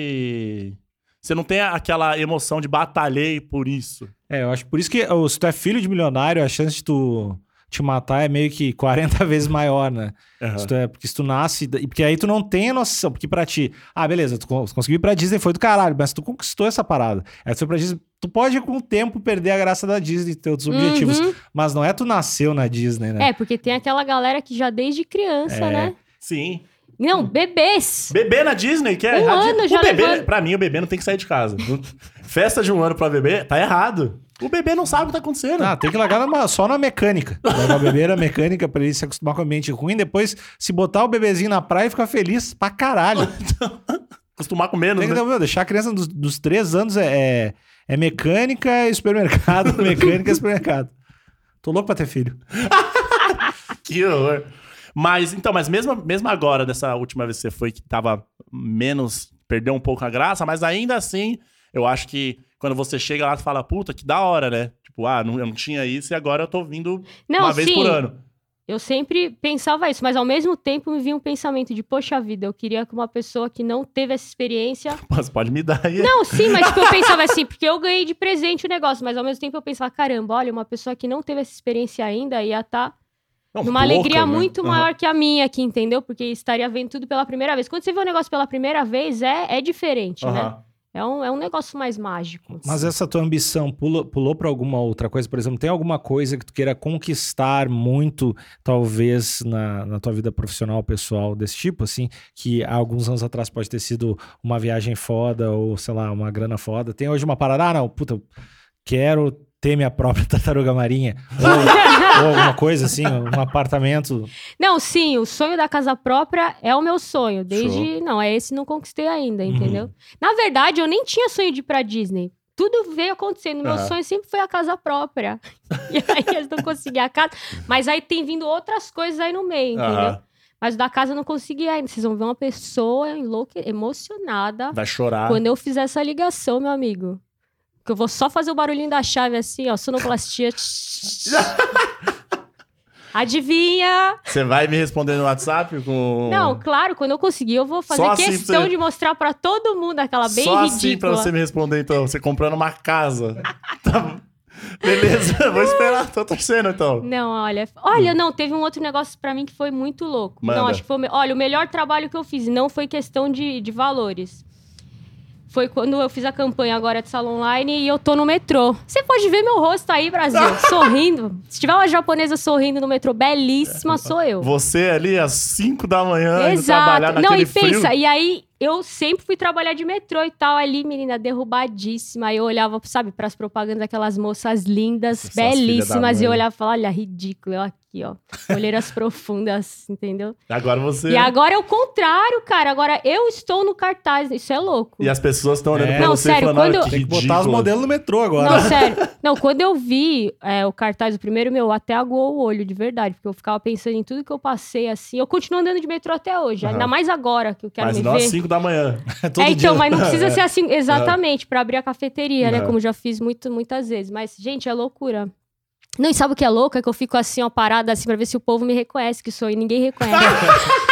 Speaker 2: sente. Você não tem aquela emoção de batalhei por isso.
Speaker 1: É, eu acho por isso que ô, se tu é filho de milionário, a chance de tu te matar é meio que 40 vezes maior, né? Se tu é, porque se tu nasce. e Porque aí tu não tem a noção. Porque pra ti, ah, beleza, tu con- conseguiu ir pra Disney, foi do caralho, mas tu conquistou essa parada. Aí tu foi pra Disney. Tu pode, com o tempo, perder a graça da Disney, ter outros objetivos.
Speaker 3: Uhum.
Speaker 1: Mas não é tu nasceu na Disney, né?
Speaker 3: É, porque tem aquela galera que já desde criança,
Speaker 1: É.
Speaker 3: né?
Speaker 2: Sim.
Speaker 3: Não, bebês.
Speaker 2: Bebê na Disney, que é
Speaker 3: Um
Speaker 2: errado.
Speaker 3: ano
Speaker 2: o
Speaker 3: já
Speaker 2: bebê,
Speaker 3: levando-
Speaker 2: Pra mim, o bebê não tem que sair de casa. Festa de um ano pra bebê, tá errado. O bebê não sabe o que tá acontecendo.
Speaker 1: Ah, tem que largar numa- só na mecânica. Largar o bebê na mecânica pra ele se acostumar com o ambiente ruim. Depois, se botar o bebezinho na praia e ficar feliz pra caralho.
Speaker 2: Acostumar com menos,
Speaker 1: Tem que
Speaker 2: né?
Speaker 1: dar- meu, deixar a criança dos, dos três anos é, é, é mecânica e supermercado, mecânica e supermercado. Tô louco pra ter filho. um
Speaker 2: Que horror. Mas, então, mas mesmo, mesmo agora, dessa última vez que você foi, que tava menos. Perdeu um pouco a graça, mas ainda assim, eu acho que quando você chega lá, tu fala, puta, que da hora, né? Tipo, ah, não- eu não tinha isso e agora eu tô vindo
Speaker 3: Não,
Speaker 2: uma
Speaker 3: sim.
Speaker 2: vez por ano.
Speaker 3: Eu sempre pensava isso, mas ao mesmo tempo me vinha um pensamento de, poxa vida, eu queria que uma pessoa que não teve essa experiência.
Speaker 2: Mas pode me dar aí.
Speaker 3: Não, sim, mas tipo, eu pensava assim, porque eu ganhei de presente o negócio, mas ao mesmo tempo eu pensava, caramba, olha, uma pessoa que não teve essa experiência ainda ia estar
Speaker 2: Não,
Speaker 3: numa
Speaker 2: louca,
Speaker 3: alegria
Speaker 2: né?
Speaker 3: muito
Speaker 2: Aham.
Speaker 3: maior que a minha aqui, entendeu? Porque estaria vendo tudo pela primeira vez. Quando você vê um negócio pela primeira vez, é, é diferente, né?
Speaker 2: Aham. é
Speaker 3: É um, é um negócio mais mágico.
Speaker 1: Mas essa tua ambição pulou, pulou pra alguma outra coisa? Por exemplo, tem alguma coisa que tu queira conquistar muito, talvez, na, na tua vida profissional, pessoal, desse tipo, assim? Que há alguns anos atrás pode ter sido uma viagem foda ou, sei lá, uma grana foda. Tem hoje uma parada, ah, não, puta, eu quero ter minha própria tartaruga marinha. Ou, ou alguma coisa assim, um apartamento.
Speaker 3: Não, sim, o sonho da casa própria é o meu sonho. Desde. Não, é esse não conquistei ainda,
Speaker 2: Uhum.
Speaker 3: entendeu? Na verdade, eu nem tinha sonho de ir pra Disney. Tudo veio acontecendo. Meu
Speaker 2: Aham.
Speaker 3: sonho sempre foi a casa própria. e aí eles não conseguiam a casa. Mas aí tem vindo outras coisas aí no meio, né? entendeu?
Speaker 2: Aham.
Speaker 3: Mas o da casa eu não consegui ainda. Vocês vão ver uma pessoa enlouque... emocionada
Speaker 2: Vai chorar.
Speaker 3: quando eu fizer essa ligação, meu amigo. Que eu vou só fazer o barulhinho da chave assim, ó, sonoplastia. Adivinha?
Speaker 2: Você vai me responder no WhatsApp com.
Speaker 3: Não, claro, quando eu conseguir, eu vou fazer
Speaker 2: Só assim
Speaker 3: questão
Speaker 2: pra você-
Speaker 3: de mostrar pra todo mundo aquela bem
Speaker 2: Só assim pra
Speaker 3: ridícula.
Speaker 2: você me responder, então. Você comprando uma casa. Tá bom. Beleza, vou esperar. Tô torcendo, então.
Speaker 3: Não, olha. Olha, não, teve um outro negócio pra mim que foi muito louco.
Speaker 2: Hum. Manda.
Speaker 3: Não, acho que foi. o me- Olha, o melhor trabalho que eu fiz não foi questão de, de valores. Foi quando eu fiz a campanha agora de sala online e eu tô no metrô. Você pode ver meu rosto aí, Brasil, sorrindo. Se tiver uma japonesa sorrindo no metrô, belíssima, sou eu.
Speaker 2: Você ali às 5 da manhã, indo trabalhar
Speaker 3: Exato.
Speaker 2: naquele
Speaker 3: Não, e
Speaker 2: frio.
Speaker 3: pensa, e aí eu sempre fui trabalhar de metrô e tal, ali, menina, derrubadíssima. Aí eu olhava, sabe, pras propagandas daquelas moças lindas,
Speaker 2: Essas filhas
Speaker 3: belíssimas,
Speaker 2: da
Speaker 3: e eu
Speaker 2: mãe.
Speaker 3: olhava e falava, olha, ridículo, eu aqui, ó. Olheiras profundas, entendeu?
Speaker 2: Agora você.
Speaker 3: E agora é o contrário, cara. Agora eu estou no cartaz, isso é louco.
Speaker 2: E as pessoas estão olhando
Speaker 1: É.
Speaker 2: pra
Speaker 3: Não,
Speaker 2: você
Speaker 3: sério,
Speaker 2: e falando,
Speaker 3: quando-
Speaker 2: "Ah, que
Speaker 1: Tem que botar
Speaker 2: ridículo."
Speaker 1: os modelos no metrô agora.
Speaker 3: Não, sério. Não, quando eu vi é, o cartaz do primeiro, meu, até aguou o olho, de verdade. Porque eu ficava pensando em tudo que eu passei, assim. Eu continuo andando de metrô até hoje.
Speaker 2: Aham.
Speaker 3: Ainda mais agora, que eu quero
Speaker 2: Mas
Speaker 3: me
Speaker 2: não
Speaker 3: ver.
Speaker 2: às 5 da manhã.
Speaker 1: Todo
Speaker 3: é, então,
Speaker 1: dia.
Speaker 3: mas não precisa ser assim exatamente pra abrir a cafeteria, né?
Speaker 2: É.
Speaker 3: Como já fiz muito, muitas vezes. Mas, gente, é loucura. Não, e sabe o que é louco? É que eu fico assim, ó, parada assim pra ver se o povo me reconhece, que sou eu e ninguém reconhece.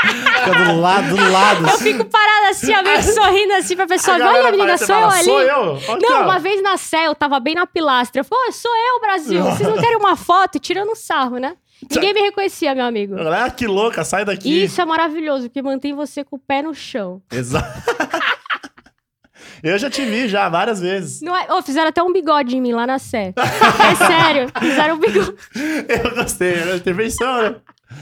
Speaker 5: Fica do lado, do lado.
Speaker 3: eu fico parada assim, ó, meio que sorrindo assim pra pessoa.
Speaker 2: galera
Speaker 3: Olha, menina,
Speaker 2: aparece e
Speaker 3: sou eu
Speaker 2: fala,
Speaker 3: ali.
Speaker 2: Sou eu? então." Olha
Speaker 3: Não,
Speaker 2: aqui, ó.
Speaker 3: uma vez na Sé, eu tava bem na pilastra. Eu falei, "Ô, sou eu, Brasil. Vocês não querem uma foto? Tirando um sarro, né? Ninguém me reconhecia, meu amigo.
Speaker 2: Galera, "Ah, que louca, sai
Speaker 3: E
Speaker 2: daqui.
Speaker 3: isso é maravilhoso, porque mantém você com o pé no chão.
Speaker 2: Exato. eu já te vi já várias vezes.
Speaker 3: Não é... Ô, fizeram até um bigode em mim lá na Sé. É sério, fizeram um bigode.
Speaker 2: Eu gostei, era intervenção, né?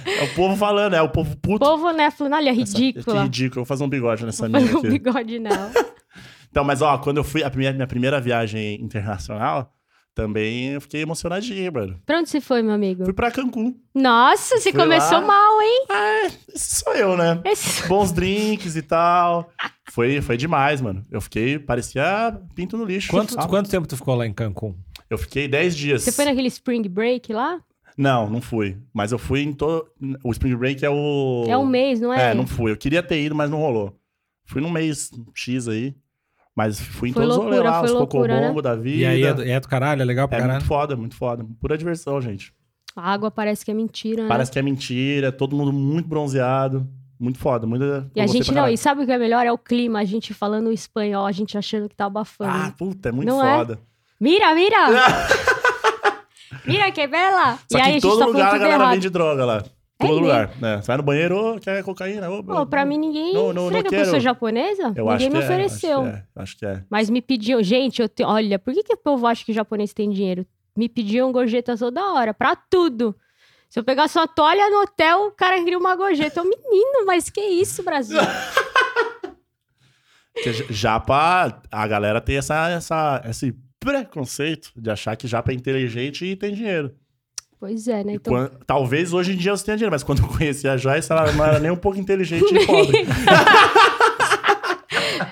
Speaker 2: É o povo falando, é o povo
Speaker 3: O
Speaker 2: puto.
Speaker 3: povo, né, falando, olha,
Speaker 2: Que
Speaker 3: ridícula.
Speaker 2: ridículo, eu vou fazer um bigode nessa
Speaker 3: Não
Speaker 2: mina
Speaker 3: um
Speaker 2: aqui.
Speaker 3: bigode, não.
Speaker 2: Então, mas ó, quando eu fui, a primeira, minha primeira viagem internacional, também eu fiquei emocionadinho, mano.
Speaker 3: Pra onde você foi, meu amigo?
Speaker 2: Fui pra Cancún.
Speaker 3: Nossa, você
Speaker 2: Fui
Speaker 3: começou
Speaker 2: lá.
Speaker 3: mal, hein?
Speaker 2: Esse sou eu, né?
Speaker 3: Esse-
Speaker 2: Bons drinks e tal. Foi, foi demais, mano. Eu fiquei, parecia pinto no lixo.
Speaker 1: Quanto,
Speaker 2: sabe?
Speaker 1: quanto tempo tu ficou lá em Cancún?
Speaker 2: Eu fiquei 10 dias.
Speaker 3: Você foi naquele spring break lá?
Speaker 2: Não, não fui. Mas eu fui em todo. O Spring Break é o.
Speaker 3: É um mês, não é?
Speaker 2: É, não fui. Eu queria ter ido, mas não rolou. Fui num mês X aí. Mas fui em
Speaker 3: Foi
Speaker 2: todos os rolê
Speaker 3: loucura,
Speaker 2: lá,
Speaker 3: foi
Speaker 2: os
Speaker 3: loucura, né?
Speaker 2: cocobongo da vida.
Speaker 1: E aí é do, é do caralho, é legal pra
Speaker 2: É muito
Speaker 1: caralho.
Speaker 2: foda, muito foda. Pura diversão, gente.
Speaker 3: A água parece que é mentira, né?
Speaker 2: Parece que é mentira, todo mundo muito bronzeado. Muito foda, muito.
Speaker 3: E
Speaker 2: eu
Speaker 3: a
Speaker 2: gostei
Speaker 3: gente
Speaker 2: pra
Speaker 3: não,
Speaker 2: caralho.
Speaker 3: e sabe o que é melhor? É o clima, a gente falando espanhol, a gente achando que tá abafando.
Speaker 2: Ah, puta, é muito
Speaker 3: Não é?
Speaker 2: foda.
Speaker 3: Mira, mira! mira que bela!
Speaker 2: Só
Speaker 3: e
Speaker 2: que
Speaker 3: aí
Speaker 2: em
Speaker 3: a gente
Speaker 2: todo
Speaker 3: tá
Speaker 2: lugar a
Speaker 3: falando tudo
Speaker 2: galera
Speaker 3: errado. É
Speaker 2: vende droga lá. Todo
Speaker 3: mesmo?
Speaker 2: lugar. né? Você vai no banheiro, ô, quer cocaína? Ô,
Speaker 3: Pô, pra mim ninguém.
Speaker 2: Não, não,
Speaker 3: Será
Speaker 2: não
Speaker 3: que eu sou
Speaker 2: quero.
Speaker 3: japonesa?
Speaker 2: eu
Speaker 3: ninguém
Speaker 2: acho
Speaker 3: me
Speaker 2: que é, acho que
Speaker 3: ofereceu.
Speaker 2: é, acho que é.
Speaker 3: Mas me pediam, gente, eu te... olha, por que, que o povo acha que japonês tem dinheiro? Me pediam gorjeta toda hora, pra tudo. Se eu pegar sua toalha no hotel, o cara queria uma gorjeta. Eu, menino, mas que isso, Brasil?
Speaker 2: Porque j- japa, a galera tem essa, essa, esse preconceito de achar que japa é inteligente e tem dinheiro.
Speaker 3: pois é, né?
Speaker 2: E
Speaker 3: Então,
Speaker 2: quan- talvez hoje em dia você tenha dinheiro, mas quando eu conheci a Joyce, ela não era nem um pouco inteligente e pobre.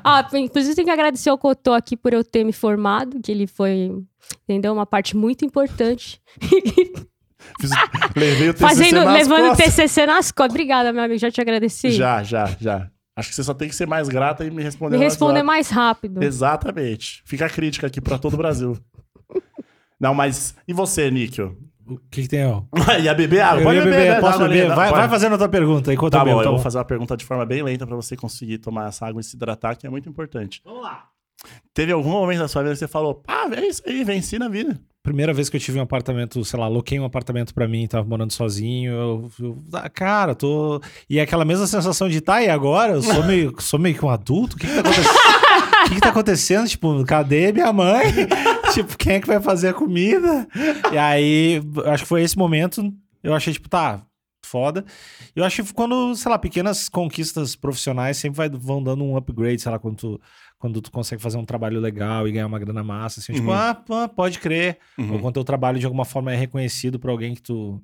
Speaker 3: Ah, inclusive tem que agradecer ao Cotô aqui por eu ter me formado, que ele foi, entendeu? Uma parte muito importante.
Speaker 2: Fiz- levei o TCC
Speaker 3: Fazendo,
Speaker 2: nas
Speaker 3: levando o
Speaker 2: costas.
Speaker 3: TCC nas costas. Obrigada, meu amigo, já te agradeci.
Speaker 2: Já, já, já. Acho que você só tem que ser mais grata e me responder
Speaker 3: me
Speaker 2: no
Speaker 3: responder
Speaker 2: WhatsApp.
Speaker 3: mais rápido.
Speaker 2: Exatamente. Fica a crítica aqui pra todo o Brasil. Não, mas... E você, Níquel?
Speaker 1: O que, que tem, ó?
Speaker 2: Ia beber água?
Speaker 1: Eu
Speaker 2: Pode
Speaker 1: ia
Speaker 2: beber,
Speaker 1: beber,
Speaker 2: né?
Speaker 1: posso
Speaker 2: Dá uma
Speaker 1: beber?
Speaker 2: olhada,
Speaker 1: Vai,
Speaker 2: pode.
Speaker 1: vai fazendo a tua pergunta enquanto
Speaker 2: Tá
Speaker 1: eu bebo.
Speaker 2: bom,
Speaker 1: tá
Speaker 2: eu vou
Speaker 1: bom.
Speaker 2: fazer uma pergunta de forma bem lenta pra você conseguir tomar essa água e se hidratar, que é muito importante.
Speaker 5: Vamos lá.
Speaker 2: Teve algum momento da sua vida que você falou, ah, é isso aí, venci na vida.
Speaker 1: Primeira vez que eu tive um apartamento, sei lá, aloquei um apartamento pra mim, tava morando sozinho, eu, eu- ah, cara, tô... E é aquela mesma sensação de, tá, e agora? Eu sou meio, sou meio que um adulto? O que que tá acontecendo? O que, que tá acontecendo? Tipo, cadê minha mãe? tipo, quem é que vai fazer a comida? E aí, acho que foi esse momento, eu achei, tipo, tá, foda. Eu acho que quando, sei lá, pequenas conquistas profissionais sempre vai- vão dando um upgrade, sei lá, quando tu, quando tu consegue fazer um trabalho legal e ganhar uma grana massa, assim, tipo,
Speaker 2: Uhum.
Speaker 1: ah, pô, pode crer. Ou quando teu trabalho de alguma forma é reconhecido por alguém que tu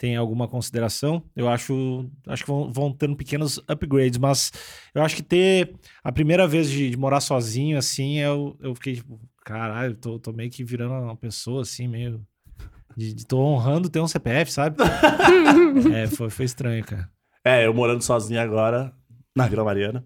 Speaker 1: tem alguma consideração, eu acho, acho que vão, vão tendo pequenos upgrades, mas eu acho que ter a primeira vez de, de morar sozinho, assim, eu, eu fiquei tipo, caralho, tô, tô meio que virando uma pessoa, assim, meio... De, de- tô honrando ter um CPF, sabe? é, foi, foi estranho, cara.
Speaker 2: É, eu morando sozinho agora, na Vila Mariana.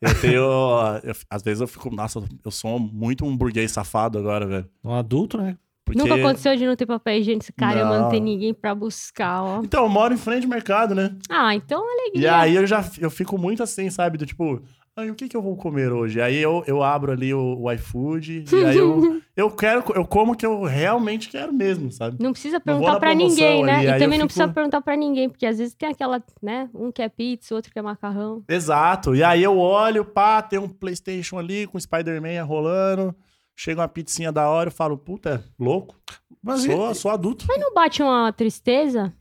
Speaker 2: Eu tenho. eu- às vezes eu fico, nossa, eu sou muito um burguês safado agora, velho.
Speaker 1: Um adulto, né?
Speaker 2: Porque-
Speaker 3: Nunca aconteceu de não ter papel higiênico, cara, eu
Speaker 2: Não.
Speaker 3: não tem ninguém pra buscar, ó.
Speaker 2: Então, eu moro em frente ao mercado, né?
Speaker 3: Ah, então
Speaker 2: E
Speaker 3: alegria.
Speaker 2: aí eu já eu fico muito assim, sabe? Do tipo, ai, o que, que eu vou comer hoje? Aí eu, eu abro ali o, o iFood, e aí eu, eu quero, eu como o que eu realmente quero mesmo, sabe?
Speaker 3: Não precisa
Speaker 2: vou
Speaker 3: perguntar
Speaker 2: na
Speaker 3: pra
Speaker 2: promoção
Speaker 3: ninguém, né?
Speaker 2: ali, aí eu
Speaker 3: e também não
Speaker 2: fico-
Speaker 3: precisa perguntar pra ninguém, porque às vezes tem aquela, né? Um quer pizza, outro quer macarrão.
Speaker 2: Exato. E aí eu olho, pá, tem um PlayStation ali com Spider-Man rolando. Chega uma pizzinha da hora, eu falo, puta, louco.
Speaker 1: Mas e-
Speaker 2: Sou, sou adulto.
Speaker 3: Mas não bate uma tristeza?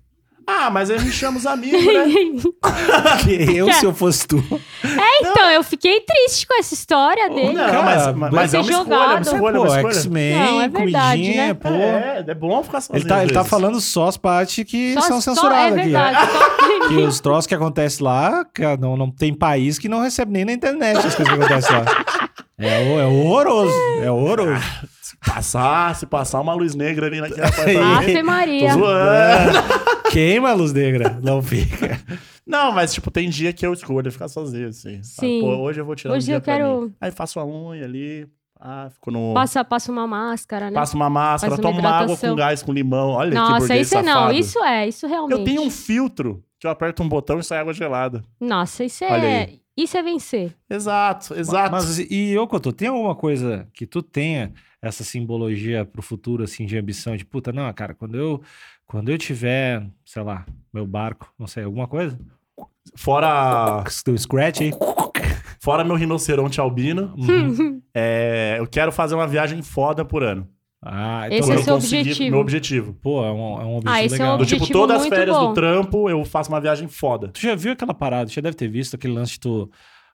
Speaker 3: É,
Speaker 2: Ah, mas aí a gente chama os amigos, né?
Speaker 1: eu, se eu fosse tu.
Speaker 3: Então, eu fiquei triste com essa história dele.
Speaker 2: Não, mas, mas, mas é uma
Speaker 3: Vai ser
Speaker 2: escolha, é uma
Speaker 3: jogado.
Speaker 1: Mas,
Speaker 2: escolha, é
Speaker 1: pô,
Speaker 2: uma escolha.
Speaker 1: X-Men,
Speaker 3: Não, é verdade,
Speaker 1: comidinha,
Speaker 3: né?
Speaker 1: pô.
Speaker 2: É, é bom ficar sozinho.
Speaker 1: Ele tá,
Speaker 2: às
Speaker 1: ele tá
Speaker 2: vezes.
Speaker 1: falando só as partes que
Speaker 3: Só-
Speaker 1: são
Speaker 3: só-
Speaker 1: censuradas
Speaker 3: É
Speaker 1: aqui.
Speaker 3: verdade,
Speaker 2: né?
Speaker 3: só-
Speaker 1: Que os troços que acontecem lá, cara, não, não tem país que não recebe nem na internet as coisas que acontecem lá. É, ho- é horroroso. É horroroso.
Speaker 2: Passar, se passar uma luz negra ali naquele
Speaker 1: Ah,
Speaker 2: apartamento.
Speaker 3: Ave
Speaker 2: Tô
Speaker 3: Maria.
Speaker 2: zoando. É.
Speaker 1: Queima a luz negra. Não fica.
Speaker 2: Não, mas tipo, tem dia que eu escolho ficar sozinho, assim. sabe?
Speaker 3: Sim.
Speaker 2: Pô, hoje eu vou tirar um
Speaker 3: Hoje
Speaker 2: dia
Speaker 3: eu
Speaker 2: pra
Speaker 3: quero-
Speaker 2: mim. Aí faço a unha ali, Ah, ficou no. Passa,
Speaker 3: Passa, passa uma máscara, né?
Speaker 2: uma máscara,
Speaker 3: Faz uma
Speaker 2: toma uma água
Speaker 3: hidratação.
Speaker 2: com gás, com limão. Olha que
Speaker 3: Nossa,
Speaker 2: burguês
Speaker 3: isso é não.
Speaker 2: safado.
Speaker 3: Isso é, isso realmente.
Speaker 2: Eu tenho um filtro que eu aperto um botão e sai água gelada.
Speaker 3: Nossa, isso
Speaker 2: Olha
Speaker 3: é. Isso é vencer.
Speaker 2: Exato, exato.
Speaker 1: Mas e eu, Cotô, tem alguma coisa que tu tenha essa simbologia pro futuro, assim, de ambição? De puta, não, cara, quando eu, quando eu tiver, sei lá, meu barco, não sei, alguma coisa?
Speaker 2: Fora,
Speaker 1: Teu scratch aí?
Speaker 2: fora meu rinoceronte albino,
Speaker 1: Uhum.
Speaker 2: é, eu quero fazer uma viagem foda por ano.
Speaker 1: Ah,
Speaker 3: Esse
Speaker 1: então,
Speaker 3: é
Speaker 2: Quando eu
Speaker 3: seu
Speaker 2: conseguir
Speaker 3: objetivo.
Speaker 2: Meu objetivo.
Speaker 1: pô, é um, é um objetivo
Speaker 3: Ah, esse é um
Speaker 1: legal.
Speaker 2: Do
Speaker 3: objetivo.
Speaker 2: tipo, todas as
Speaker 3: muito
Speaker 2: férias
Speaker 3: bom.
Speaker 2: do trampo, eu faço uma viagem foda.
Speaker 1: Tu já viu aquela parada? Tu já deve ter visto aquele lance de tu.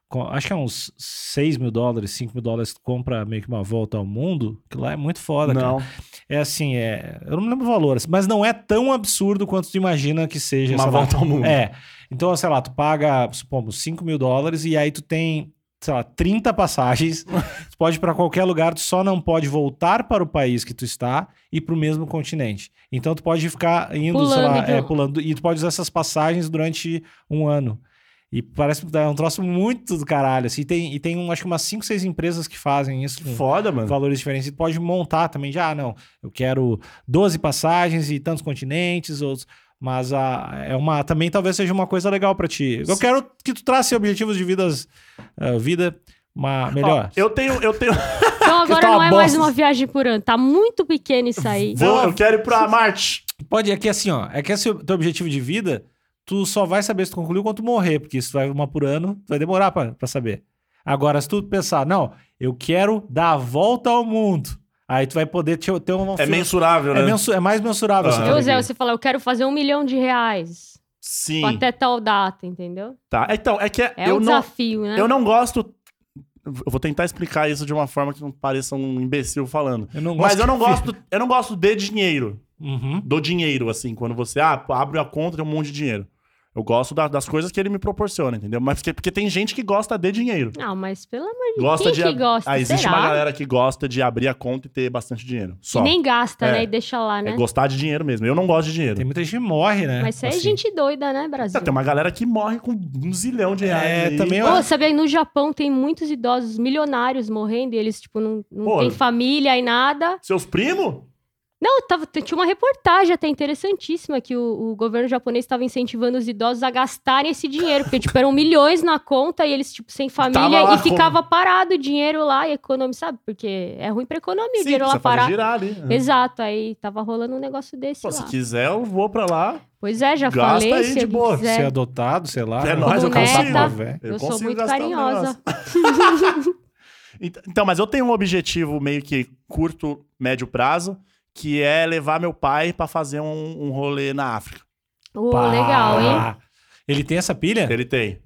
Speaker 1: com- Acho que é uns 6 mil dólares, 5 mil dólares, tu compra meio que uma volta ao mundo. Que lá é muito foda, cara.
Speaker 2: Não.
Speaker 1: É assim, é. Eu não me lembro o valor, assim, mas não é tão absurdo quanto tu imagina que seja
Speaker 2: Uma
Speaker 1: sei lá.
Speaker 2: volta ao mundo.
Speaker 1: É. Então, sei lá, tu paga, supomos, 5 mil dólares e aí tu tem, sei lá, 30 passagens. tu pode ir pra qualquer lugar, tu só não pode voltar para o país que tu está e pro mesmo continente. Então tu pode ficar indo, sei
Speaker 3: Pulando
Speaker 1: lá,
Speaker 3: de
Speaker 1: é,
Speaker 3: um-
Speaker 1: pulando. E tu pode usar essas passagens durante um ano. E parece que é um troço muito do caralho. Assim. E tem, e tem um, acho que umas 5, 6 empresas que fazem isso. com-
Speaker 2: Foda, mano.
Speaker 1: valores diferentes. E pode montar também, já, ah, não, eu quero 12 passagens e tantos continentes, outros. Mas a, é uma, também talvez seja uma coisa legal pra ti. Eu quero que tu trace objetivos de vidas, eh, vida uma, melhor.
Speaker 2: Eu tenho, eu tenho.
Speaker 3: Então agora
Speaker 1: tá
Speaker 3: não
Speaker 1: uma
Speaker 3: é mais
Speaker 1: bosta.
Speaker 3: uma viagem por ano. Tá muito pequeno isso aí.
Speaker 2: Vou- eu quero ir pra Marte.
Speaker 1: Pode, é que assim, ó, é que esse é o teu objetivo de vida, tu só vai saber se tu concluiu quando tu morrer, porque se tu vai uma por ano, tu vai demorar pra pra saber. Agora, se tu pensar, não, eu quero dar a volta ao mundo, aí tu vai poder te- ter uma...
Speaker 2: É mensurável,
Speaker 1: é,
Speaker 2: né?
Speaker 1: mensu- é mais mensurável.
Speaker 2: Ah.
Speaker 1: assim,
Speaker 3: Meu
Speaker 1: tá
Speaker 3: Zé,
Speaker 1: ligado?
Speaker 3: você fala, eu quero fazer um milhão de reais.
Speaker 2: Sim.
Speaker 3: Até tal data, entendeu?
Speaker 2: Tá. Então, é que
Speaker 3: É
Speaker 2: eu não.
Speaker 3: um desafio, né?
Speaker 2: Eu não gosto. Eu vou tentar explicar isso de uma forma que não pareça um imbecil falando.
Speaker 1: Eu não
Speaker 2: Mas eu não
Speaker 1: que-
Speaker 2: gosto, eu não gosto de dinheiro.
Speaker 1: Uhum.
Speaker 2: Do dinheiro, assim, quando você ah, pô, abre a conta tem um monte de dinheiro. Eu gosto da- das coisas que ele me proporciona, entendeu? Mas porque, porque tem gente que gosta de dinheiro.
Speaker 3: Não, mas pelo amor
Speaker 2: Gosta
Speaker 3: Quem
Speaker 2: de.
Speaker 3: que gosta?
Speaker 2: Ah, existe
Speaker 3: Será?
Speaker 2: uma galera que gosta de abrir a conta e ter bastante dinheiro.
Speaker 3: de
Speaker 2: Só.
Speaker 3: nem gasta,
Speaker 2: É.
Speaker 3: né? E deixa lá, né?
Speaker 2: É gostar de dinheiro mesmo. Eu não gosto de dinheiro.
Speaker 1: Tem muita gente que morre, né?
Speaker 3: Mas isso aí é
Speaker 1: Assim.
Speaker 3: gente doida, né,
Speaker 2: Tá,
Speaker 3: Brasil?
Speaker 2: Tem uma galera que morre com um zilhão de reais.
Speaker 1: É,
Speaker 2: aí.
Speaker 1: também eu
Speaker 3: Pô, sabia que no Japão tem muitos idosos milionários morrendo e eles, tipo, não, não
Speaker 2: Pô.
Speaker 3: tem família e nada.
Speaker 2: Seus primos?
Speaker 3: Não, tava, tinha uma reportagem até interessantíssima que o, o governo japonês estava incentivando os idosos a gastarem esse dinheiro, porque, tipo, eram milhões na conta e eles, tipo, sem família
Speaker 2: lá
Speaker 3: e ficava parado o dinheiro lá e economia, sabe? Porque é ruim pra economia o dinheiro lá
Speaker 2: precisa fazer
Speaker 3: parar.
Speaker 2: girar ali. É.
Speaker 3: Exato, aí tava rolando um negócio desse
Speaker 2: Pô, se
Speaker 3: lá.
Speaker 2: quiser, eu vou pra lá.
Speaker 3: Pois é, já
Speaker 2: Gasta
Speaker 3: falei,
Speaker 2: aí,
Speaker 3: se
Speaker 2: de
Speaker 3: alguém
Speaker 2: boa.
Speaker 3: quiser.
Speaker 1: ser adotado, sei lá. né?
Speaker 2: É nóis,
Speaker 3: eu
Speaker 1: Como
Speaker 3: consigo.
Speaker 1: neta, velho.
Speaker 3: Eu sou
Speaker 2: consigo
Speaker 3: muito
Speaker 2: gastar um
Speaker 3: carinhosa.
Speaker 2: negócio. Ent- Então, mas eu tenho um objetivo meio que curto, médio prazo, que é levar meu pai pra fazer um, um rolê na África.
Speaker 3: Ô,
Speaker 1: Pá.
Speaker 3: Uh, legal, hein?
Speaker 1: Ele tem essa pilha?
Speaker 2: Ele tem.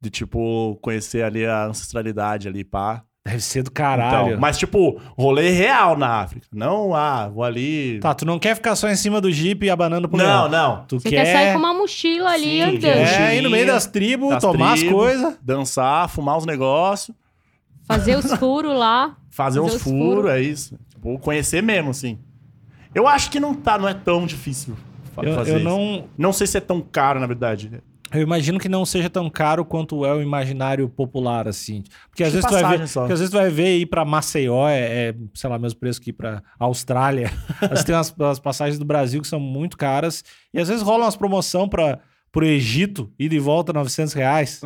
Speaker 2: De, tipo, conhecer ali a ancestralidade ali, pá.
Speaker 1: Deve ser do
Speaker 2: Então,
Speaker 1: caralho.
Speaker 2: mas, tipo, rolê real na África. Não, ah, vou ali...
Speaker 1: Tá, tu não quer ficar só em cima do jipe e abanando pro leão.
Speaker 2: não, não.
Speaker 1: Tu
Speaker 3: Você
Speaker 1: quer...
Speaker 3: quer sair com uma mochila ali
Speaker 2: Sim,
Speaker 3: andando.
Speaker 2: quer.
Speaker 1: É, ir no meio das tribos,
Speaker 2: Das
Speaker 1: tomar as
Speaker 2: tribos.
Speaker 1: coisas.
Speaker 2: Dançar, fumar uns negócios,
Speaker 3: Fazer os furos lá.
Speaker 2: fazer,
Speaker 3: Fazer
Speaker 2: uns
Speaker 3: os
Speaker 2: furos,
Speaker 3: furos.
Speaker 2: é isso. Tipo, conhecer mesmo, assim. Eu acho que não tá, não é tão difícil fa-
Speaker 1: Eu,
Speaker 2: fazer
Speaker 1: eu
Speaker 2: isso.
Speaker 1: não...
Speaker 2: Não sei se é tão caro, na verdade.
Speaker 1: Eu imagino que não seja tão caro quanto é o imaginário popular, assim. Porque às,
Speaker 2: Que
Speaker 1: vezes tu, vai ver,
Speaker 2: passagem só.
Speaker 1: porque às vezes tu vai ver ir pra Maceió, é, é, sei lá, mesmo preço que ir pra Austrália. Às vezes tem umas, umas passagens do Brasil que são muito caras. E às vezes rola umas promoção pra, pro Egito, ida e volta 900 reais.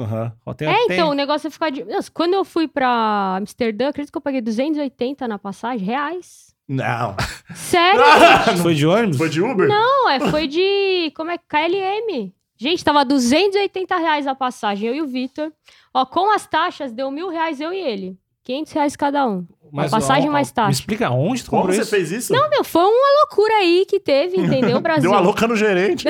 Speaker 1: Até,
Speaker 3: É, então, o negócio é ficar de. Nossa, quando eu fui pra Amsterdã, acredito que eu paguei 280 na passagem, reais.
Speaker 2: Não.
Speaker 3: Sério? né?
Speaker 1: Foi de ônibus?
Speaker 2: Foi de Uber? Não.
Speaker 3: Não, é, foi de. Como é? KLM. Gente, tava 280 reais a passagem, eu e o Vitor. Ó, com as taxas, deu mil reais eu e ele. 500 reais cada um.
Speaker 1: Mas
Speaker 3: Uma passagem
Speaker 1: ó,
Speaker 3: mais
Speaker 1: Me
Speaker 3: taxa.
Speaker 1: explica onde tu
Speaker 2: Como
Speaker 1: comprou
Speaker 2: você
Speaker 1: isso?
Speaker 2: fez isso? Não,
Speaker 3: Meu, foi uma loucura aí que teve, entendeu, Brasil?
Speaker 2: Deu a louca no gerente.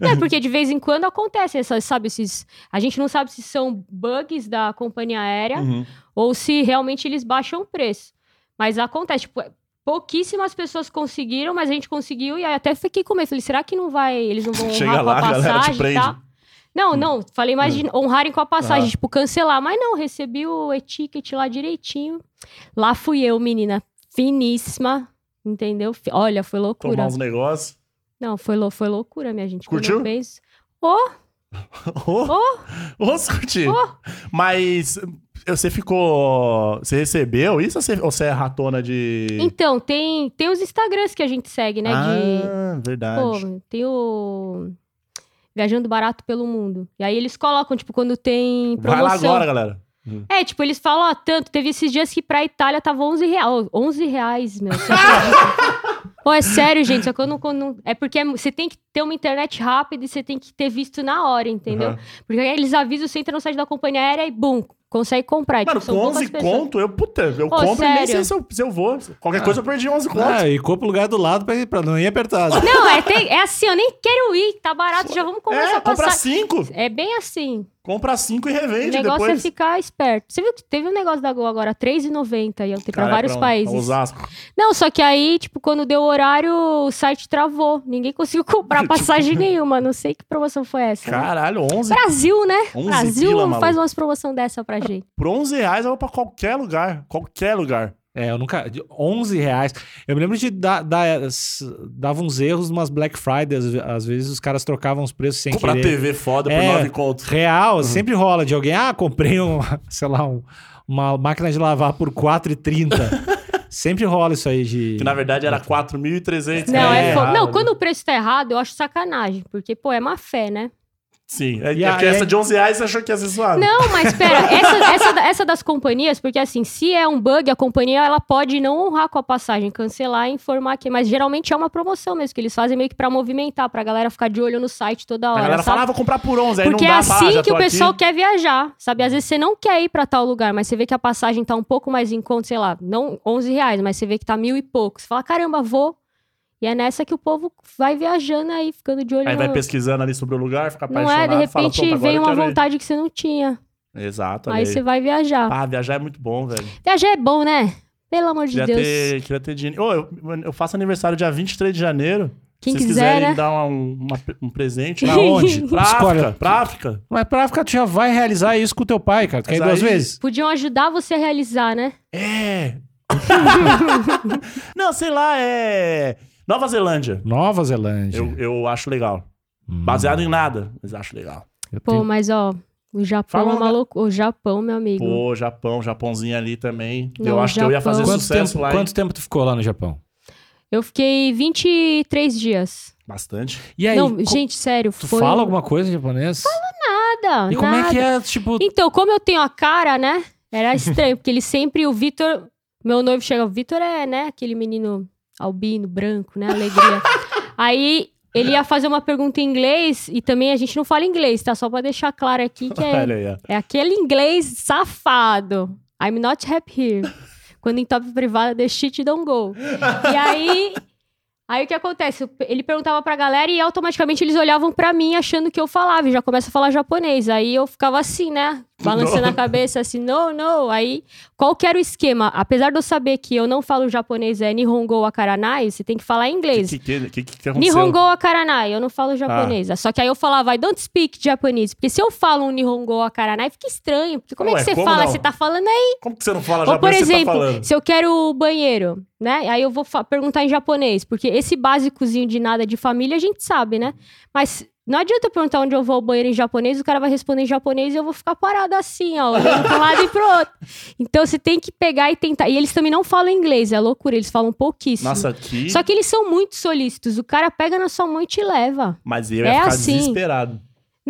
Speaker 3: É, porque de vez em quando acontece, essas, sabe, esses... A gente não sabe se são bugs da companhia aérea
Speaker 2: Uhum.
Speaker 3: ou se realmente eles baixam o preço. Mas acontece, tipo, pouquíssimas pessoas conseguiram, mas a gente conseguiu e aí até fiquei com medo. Falei, será que não vai... Eles não vão
Speaker 2: Chega
Speaker 3: honrar
Speaker 2: lá,
Speaker 3: com a
Speaker 2: a galera te
Speaker 3: passagem e
Speaker 2: prende. Hum.
Speaker 3: tal? Não, não, falei mais de honrarem com a passagem,
Speaker 2: Ah.
Speaker 3: tipo, cancelar. Mas não, recebi o etiquete lá direitinho. Lá fui eu, menina, finíssima, entendeu? Fi- Olha, foi loucura.
Speaker 2: Tomar uns negócios.
Speaker 3: Não, foi, lou- foi Oh, loucura, minha gente. Quando
Speaker 2: um- Curtiu?
Speaker 3: eu penso- Ô, oh,
Speaker 2: Ô, Ô, Surti. Mas eh, Você ficou. Você recebeu isso ou você, ou você é ratona de.
Speaker 3: Então, tem, tem os Instagrams que a gente segue, né? de-
Speaker 2: Ah, verdade.
Speaker 3: Pô, tem o. Viajando barato pelo mundo. E aí eles colocam, tipo, quando tem
Speaker 2: Vai lá
Speaker 3: promoção.
Speaker 2: agora, galera.
Speaker 3: É, tipo, eles falam, ó, tanto. Teve esses dias que pra Itália tava 11 reais. 11 reais, meu. Você acredita? Pô, é sério, gente. Só que eu não. não- é porque é mu- você tem que ter uma internet rápida e você tem que ter visto na hora, entendeu?
Speaker 2: Uhum.
Speaker 3: Porque aí eles avisam, você entra no site da companhia aérea e, bum, consegue comprar.
Speaker 2: Mano,
Speaker 3: tipo,
Speaker 2: com
Speaker 3: são poucas
Speaker 2: 11
Speaker 3: pessoas.
Speaker 2: conto, eu, puta, eu compro e nem
Speaker 3: sério?
Speaker 2: sei se eu, se eu vou. Qualquer coisa eu perdi 11 conto.
Speaker 1: Ah, e compra o lugar do lado pra, pra não ir apertado.
Speaker 3: Não, é, tem- é assim, eu nem quero ir, tá barato, já vamos
Speaker 2: é,
Speaker 3: começar a
Speaker 2: compra
Speaker 3: passar.
Speaker 2: 5.
Speaker 3: É bem assim.
Speaker 2: Compra 5 e
Speaker 3: O
Speaker 2: revende
Speaker 3: negócio
Speaker 2: depois.
Speaker 3: é ficar esperto. Você viu que teve um negócio da Gol agora, R$3,90, e eu tenho pra
Speaker 2: Cara,
Speaker 3: vários
Speaker 2: um-
Speaker 3: países.
Speaker 2: pra Osasco.
Speaker 3: Não, só que aí, tipo, quando deu o horário, o site travou. Ninguém conseguiu comprar
Speaker 2: Tipo,
Speaker 3: passagem nenhuma. Não sei que promoção foi essa. né?
Speaker 2: Caralho, 11.
Speaker 3: Brasil, né?
Speaker 2: 11
Speaker 3: Brasil
Speaker 2: pila,
Speaker 3: faz
Speaker 2: maluco.
Speaker 3: umas promoção dessa pra gente.
Speaker 2: Por 11 reais eu vou pra qualquer lugar. Qualquer lugar.
Speaker 1: É, eu nunca. de 11 reais. Eu me lembro de dar, dar- s- dava uns erros numas Black Fridays. Às vezes os caras trocavam os preços sem
Speaker 2: Comprar Uhum.
Speaker 1: querer.
Speaker 2: TV foda por
Speaker 1: É.
Speaker 2: 9 conto.
Speaker 1: Real, sempre rola de alguém. Ah, comprei um, sei lá, um- uma máquina de lavar por 4,30. sempre rola isso aí de.
Speaker 2: Que na verdade era 4.300.
Speaker 3: Não, é,
Speaker 1: É,
Speaker 3: fo- Não,
Speaker 2: né?
Speaker 3: quando o preço tá errado, eu acho sacanagem. Porque, pô, é má fé, né?
Speaker 2: Sim, é,
Speaker 1: E
Speaker 2: é porque
Speaker 1: aí-
Speaker 2: essa de 11 reais você achou que ia ser suave.
Speaker 3: Não, mas pera, essa, essa, da- essa das companhias, porque assim, se é um bug, a companhia ela pode não honrar com a passagem, cancelar e informar que. Mas geralmente é uma promoção mesmo, que eles fazem meio que pra movimentar, pra galera ficar de olho no site toda hora.
Speaker 2: a galera
Speaker 3: sabe?
Speaker 2: fala, ah, vou comprar por 11, aí
Speaker 3: Porque
Speaker 2: não dá
Speaker 3: é
Speaker 2: fala, "Ah,
Speaker 3: assim
Speaker 2: já
Speaker 3: que o
Speaker 2: tô
Speaker 3: pessoal
Speaker 2: aqui.
Speaker 3: quer viajar, sabe? Às vezes você não quer ir pra tal lugar, mas você vê que a passagem tá um pouco mais em conta, sei lá, não 11 reais, mas você vê que tá mil e pouco. Você fala, caramba, vou. E é nessa que o povo vai viajando aí, ficando de olho
Speaker 2: Aí
Speaker 3: tá no...
Speaker 2: vai pesquisando ali sobre o lugar, fica
Speaker 3: Não
Speaker 2: apaixonado.
Speaker 3: é, de
Speaker 2: fala,
Speaker 3: repente
Speaker 2: "Puta, agora
Speaker 3: vem
Speaker 2: eu
Speaker 3: uma
Speaker 2: quero ir."
Speaker 3: vontade que você não tinha.
Speaker 2: Exato,
Speaker 3: aí
Speaker 2: olha aí.
Speaker 3: você vai viajar.
Speaker 2: Ah, viajar é muito bom, velho.
Speaker 3: Viajar é bom, né? Pelo amor de
Speaker 2: Queria
Speaker 3: Deus.
Speaker 2: ter, queria ter dinheiro. Ô, eu, mano, eu faço aniversário dia 23 de janeiro.
Speaker 3: Quem
Speaker 2: Se vocês
Speaker 3: quiser,
Speaker 2: quiserem
Speaker 3: né?
Speaker 2: dar uma- uma- um presente.
Speaker 1: Pra onde?
Speaker 2: Pra
Speaker 1: Escolha.
Speaker 2: África, pra África.
Speaker 1: Mas pra ficar, tu já vai realizar isso com o teu pai, cara. Tu quer ir
Speaker 2: Mas
Speaker 1: duas
Speaker 2: aí-
Speaker 1: vezes?
Speaker 3: Podiam ajudar você a realizar, né?
Speaker 2: É. Não, sei lá, é. Nova Zelândia.
Speaker 1: Nova Zelândia.
Speaker 2: Eu, eu acho legal.
Speaker 1: Hum,
Speaker 2: Baseado em nada, mas acho legal.
Speaker 1: eu
Speaker 3: Pô,
Speaker 1: tenho-
Speaker 3: mas ó, o Japão
Speaker 2: Fala,
Speaker 3: é uma
Speaker 2: né?
Speaker 3: loucura. O Japão, meu amigo.
Speaker 2: Pô, Japão, Japãozinho ali também. eu
Speaker 3: Não,
Speaker 2: acho que eu ia
Speaker 3: Japão.
Speaker 2: fazer
Speaker 1: Quanto,
Speaker 2: sucesso
Speaker 1: tempo,
Speaker 2: lá. hein?
Speaker 1: quanto tempo tu ficou lá no Japão?
Speaker 3: Eu fiquei 23 dias.
Speaker 2: Bastante.
Speaker 1: E aí,
Speaker 3: não,
Speaker 1: co-
Speaker 3: gente, sério,
Speaker 1: tu
Speaker 3: foi um
Speaker 1: fala alguma coisa em japonês?
Speaker 3: nada,
Speaker 1: e como é que é, tipo,
Speaker 3: Então, como eu tenho a cara, né? Era estranho, porque ele sempre, o Vitor, meu noivo chega, o Vitor é, né, aquele menino albino, branco, né, alegria. Aí ele ia fazer uma pergunta em inglês e também a gente não fala inglês, tá? Só pra deixar claro aqui que é
Speaker 2: Olha aí, ó.
Speaker 3: É aquele inglês safado. I'm not happy here. Quando em top privada, the shit don't go. E aí. Aí o que acontece? Ele perguntava pra galera e automaticamente eles olhavam pra mim achando que eu falava. E já começa a falar japonês. Aí eu ficava assim, né? Balançando a cabeça, assim, no, no. Aí, qual que era o esquema? Apesar de eu saber que eu não falo japonês, é Nihongo Akaranai, você tem que falar
Speaker 2: O
Speaker 3: inglês.
Speaker 2: que, que, que, que aconteceu? Ah.
Speaker 3: Nihongo Akaranai, eu não falo japonesa. Só que aí eu falava, I don't speak japonês. Porque se eu falo um Nihongo Akaranai, fica estranho. Porque como
Speaker 2: Ué,
Speaker 3: é que você
Speaker 2: como
Speaker 3: fala?
Speaker 2: não?
Speaker 3: Você tá falando aí.
Speaker 2: Como que você não fala
Speaker 3: Ou, por
Speaker 2: japonês? Você tá
Speaker 3: exemplo,
Speaker 2: falando.
Speaker 3: se eu quero o banheiro, né? Aí eu vou fa- perguntar em japonês. Porque esse básicozinho de nada de família, a gente sabe, né? Mas não adianta eu perguntar onde eu vou ao banheiro em japonês, o cara vai responder em japonês e eu vou ficar parada assim, ó. Olhando pra um lado e pro outro. Então você tem que pegar e tentar. E eles também não falam inglês, é loucura. Eles falam pouquíssimo.
Speaker 2: Nossa, aqui.
Speaker 3: Só que eles são muito solícitos. O cara pega na sua mão e te leva.
Speaker 2: Mas eu ia
Speaker 3: É
Speaker 2: ficar
Speaker 3: assim.
Speaker 2: desesperado.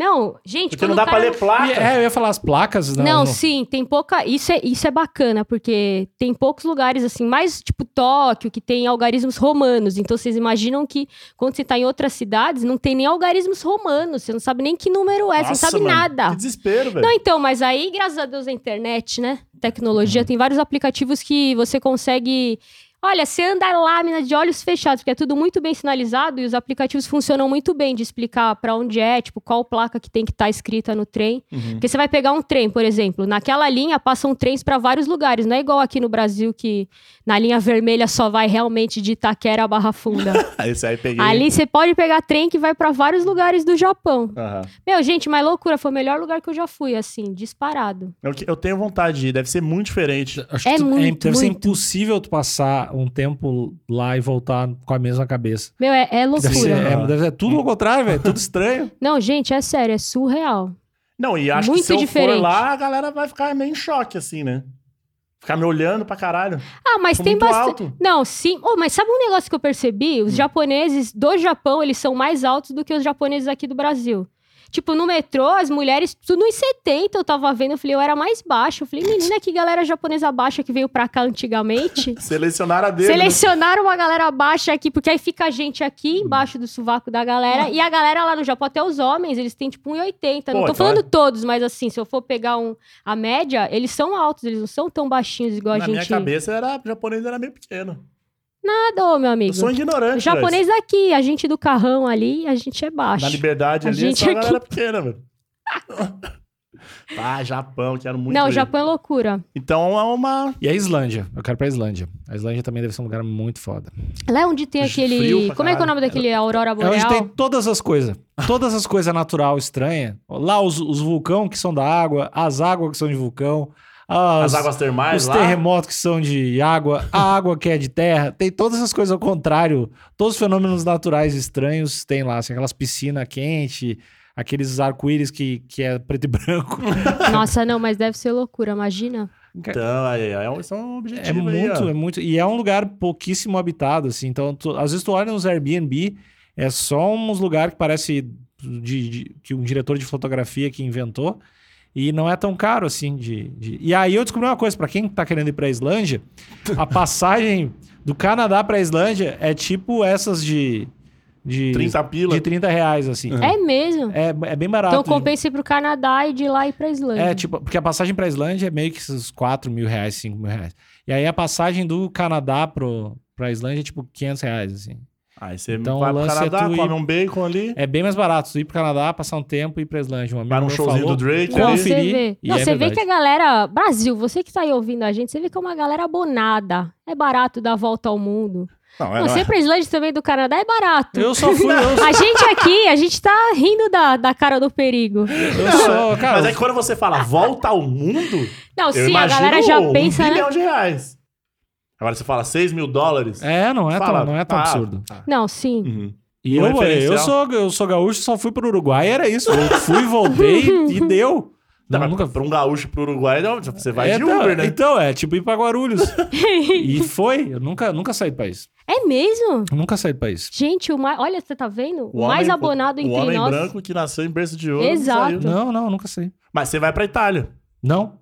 Speaker 3: Não, gente,
Speaker 2: Porque
Speaker 3: quando
Speaker 2: não dá
Speaker 3: o cara...
Speaker 2: pra ler placa.
Speaker 1: E- É, eu ia falar as placas. né? Não,
Speaker 3: Não, sim, tem pouca. Isso é, isso é bacana, porque tem poucos lugares, assim, mais tipo Tóquio, que tem algarismos romanos. Então vocês imaginam que quando você tá em outras cidades, não tem nem algarismos romanos. Você não sabe nem que número é, você não
Speaker 2: Nossa,
Speaker 3: sabe
Speaker 2: mano,
Speaker 3: nada.
Speaker 2: Que desespero, velho.
Speaker 3: Não, então, mas aí, graças a Deus, a internet, né?
Speaker 2: Uhum.
Speaker 3: Tecnologia, tem vários aplicativos que você consegue. Olha, você anda lâmina de olhos fechados, porque é tudo muito bem sinalizado e os aplicativos funcionam muito bem de explicar pra onde é, tipo, qual placa que tem que estar escrita no trem.
Speaker 2: Uhum.
Speaker 3: Porque você vai pegar um trem, por exemplo, naquela linha passam trens pra vários lugares, não é igual aqui no Brasil que na linha vermelha só vai realmente de Itaquera a Barra Funda.
Speaker 2: Ah, Esse aí eu peguei.
Speaker 3: Ali você pode pegar trem que vai pra vários lugares do Japão.
Speaker 2: Aham.
Speaker 3: Meu, gente, mas loucura, foi o melhor lugar que eu já fui, assim, disparado.
Speaker 2: Eu, que- eu tenho vontade de ir, deve ser muito diferente.
Speaker 1: Acho que
Speaker 3: É
Speaker 1: tu-
Speaker 3: muito,
Speaker 1: deve ser
Speaker 3: muito.
Speaker 1: impossível tu passar um tempo lá e voltar com a mesma cabeça.
Speaker 3: Meu, é,
Speaker 1: Deve
Speaker 3: é loucura.
Speaker 2: Hum.
Speaker 1: ser, é, deve ser tudo ao contrário, velho. Tudo estranho.
Speaker 3: Não, gente, é sério, é surreal.
Speaker 2: Não, e acho
Speaker 3: Muito
Speaker 2: que se eu for
Speaker 3: diferente.
Speaker 2: lá, a galera vai ficar meio em choque, assim, né? Ficar me olhando pra caralho.
Speaker 3: Ah, mas
Speaker 2: Ficou
Speaker 3: tem
Speaker 2: muito
Speaker 3: bastante.
Speaker 2: alto. Hum.
Speaker 3: Não, sim. Oh, mas sabe um negócio que eu percebi? Os japoneses do Japão, eles são mais altos do que os japoneses aqui do Brasil. Tipo, no metrô, as mulheres, tudo nos 70, eu tava vendo, eu falei, eu era mais baixo. Eu falei, menina, que galera japonesa baixa que veio pra cá antigamente.
Speaker 2: Selecionaram a dele. né?
Speaker 3: Selecionaram uma galera baixa aqui, porque aí fica a gente aqui embaixo do sovaco da galera. E a galera lá no Japão, até os homens, eles têm tipo 1,80.
Speaker 2: Hum.
Speaker 3: Não
Speaker 2: Pô,
Speaker 3: tô
Speaker 2: então
Speaker 3: falando
Speaker 2: é.
Speaker 3: todos, mas assim, se eu for pegar um, a média, eles são altos, eles não são tão baixinhos igual
Speaker 2: Na
Speaker 3: a gente.
Speaker 2: minha cabeça, era, o japonês era meio pequeno.
Speaker 3: Nada, ô, meu amigo.
Speaker 2: Eu sou um ignorante.
Speaker 3: O japonês aqui, a gente do carrão ali, a gente é
Speaker 2: velho.
Speaker 3: baixo.
Speaker 2: Na liberdade
Speaker 3: A
Speaker 2: ali,
Speaker 3: gente
Speaker 2: só a
Speaker 3: aqui-
Speaker 2: galera pequena, velho. ah, Japão, quero muito
Speaker 3: não, o
Speaker 2: ir.
Speaker 3: Japão é loucura.
Speaker 2: Então é uma...
Speaker 1: E a Islândia. Eu quero pra Islândia. A Islândia também deve ser um lugar muito foda.
Speaker 3: Lá é onde tem
Speaker 2: Frio
Speaker 3: aquele.
Speaker 2: pra
Speaker 3: Como é que é o nome
Speaker 2: caralho.
Speaker 3: daquele Aurora
Speaker 1: É onde
Speaker 3: Boreal?
Speaker 1: tem todas as coisas. Todas as coisas natural estranha. Lá os, os vulcão que são da água, as águas que são de vulcão, as,
Speaker 2: As águas termais
Speaker 1: os
Speaker 2: lá.
Speaker 1: terremotos que são de água, a água que é de terra. Tem todas essas coisas ao contrário. Todos os fenômenos naturais estranhos tem lá. Assim, aquelas piscinas quentes, aqueles arco-íris que, que é preto e branco.
Speaker 3: Nossa, não, mas deve ser loucura, imagina.
Speaker 2: Então, aí, é um, isso é um
Speaker 1: É
Speaker 2: objetivo aí,
Speaker 1: muito,
Speaker 2: ó.
Speaker 1: é muito. E é um lugar pouquíssimo habitado, assim. Então, tu- às vezes tu olha nos Airbnb, é só uns lugares que parece de, de- que um diretor de fotografia que inventou. E não é tão caro assim de. de- E aí eu descobri uma coisa, pra quem tá querendo ir pra Islândia, a passagem do Canadá pra Islândia é tipo essas de. de
Speaker 2: 30 pila. Uhum.
Speaker 1: de 30 reais, assim.
Speaker 3: É mesmo.
Speaker 1: É, é bem barato.
Speaker 3: Então compensa ir pro Canadá e de lá ir pra Islândia.
Speaker 1: É, tipo, porque a passagem pra Islândia é meio que esses 4 mil reais, 5 mil reais. E aí a passagem do Canadá pro, pra Islândia é tipo 500 reais, assim.
Speaker 2: Aí você
Speaker 1: Então,
Speaker 2: vai
Speaker 1: o
Speaker 2: pro
Speaker 1: lance é
Speaker 2: Canadá,
Speaker 1: tu ir-
Speaker 2: come um bacon ali.
Speaker 1: É bem mais barato. Tu ir pro Canadá, passar um tempo e ir pra Islândia. Um amigo
Speaker 2: Vai num
Speaker 1: meu
Speaker 2: showzinho
Speaker 1: falou,
Speaker 2: do Drake
Speaker 3: Não,
Speaker 2: ali.
Speaker 1: conferi,
Speaker 3: você vê.
Speaker 1: e
Speaker 3: Não,
Speaker 1: é
Speaker 3: você vê
Speaker 1: verdade.
Speaker 3: que a galera. Brasil, você que tá aí ouvindo a gente, você vê que é uma galera abonada. É barato dar a volta ao mundo.
Speaker 2: Não, é, não
Speaker 3: Você
Speaker 2: é.
Speaker 3: pra Islândia também do Canadá é barato.
Speaker 1: Eu só fui, eu,
Speaker 3: A gente aqui, a gente tá rindo da, da cara do perigo.
Speaker 1: eu sou, cara.
Speaker 2: Mas é que quando você fala volta ao mundo,
Speaker 3: Não,
Speaker 2: eu
Speaker 3: sim, a
Speaker 2: imagino
Speaker 3: galera já
Speaker 2: um
Speaker 3: pensa, né?
Speaker 2: bilhão de reais. Agora você fala 6 mil dólares.
Speaker 1: É, não é
Speaker 2: fala,
Speaker 1: tão, não é tão
Speaker 2: ah,
Speaker 1: absurdo.
Speaker 2: tá.
Speaker 3: Não, sim.
Speaker 2: Uhum.
Speaker 1: E
Speaker 2: Não
Speaker 1: eu,
Speaker 2: é referencial.
Speaker 1: eu, sou, eu sou gaúcho, só fui pro Uruguai, era isso. Eu fui, voltei e, e deu.
Speaker 2: Dá
Speaker 1: Não,
Speaker 2: pra-
Speaker 1: nunca
Speaker 2: Pra um gaúcho pro Uruguai, não, você vai
Speaker 1: é,
Speaker 2: de
Speaker 1: tá,
Speaker 2: Uber, né?
Speaker 1: Então, é tipo ir pra Guarulhos. e foi. Eu nunca, nunca saí do país.
Speaker 3: É mesmo?
Speaker 1: Eu nunca saí do país.
Speaker 3: Gente, o mais. Olha, você tá vendo? O,
Speaker 2: homem-
Speaker 3: mais abonado
Speaker 2: o
Speaker 3: entre
Speaker 2: homem
Speaker 3: nós.
Speaker 2: branco que nasceu em berço de ouro. né? não
Speaker 3: Exato.
Speaker 2: saiu.
Speaker 1: Não, não, nunca saí.
Speaker 2: Mas você vai pra Itália.
Speaker 1: Não.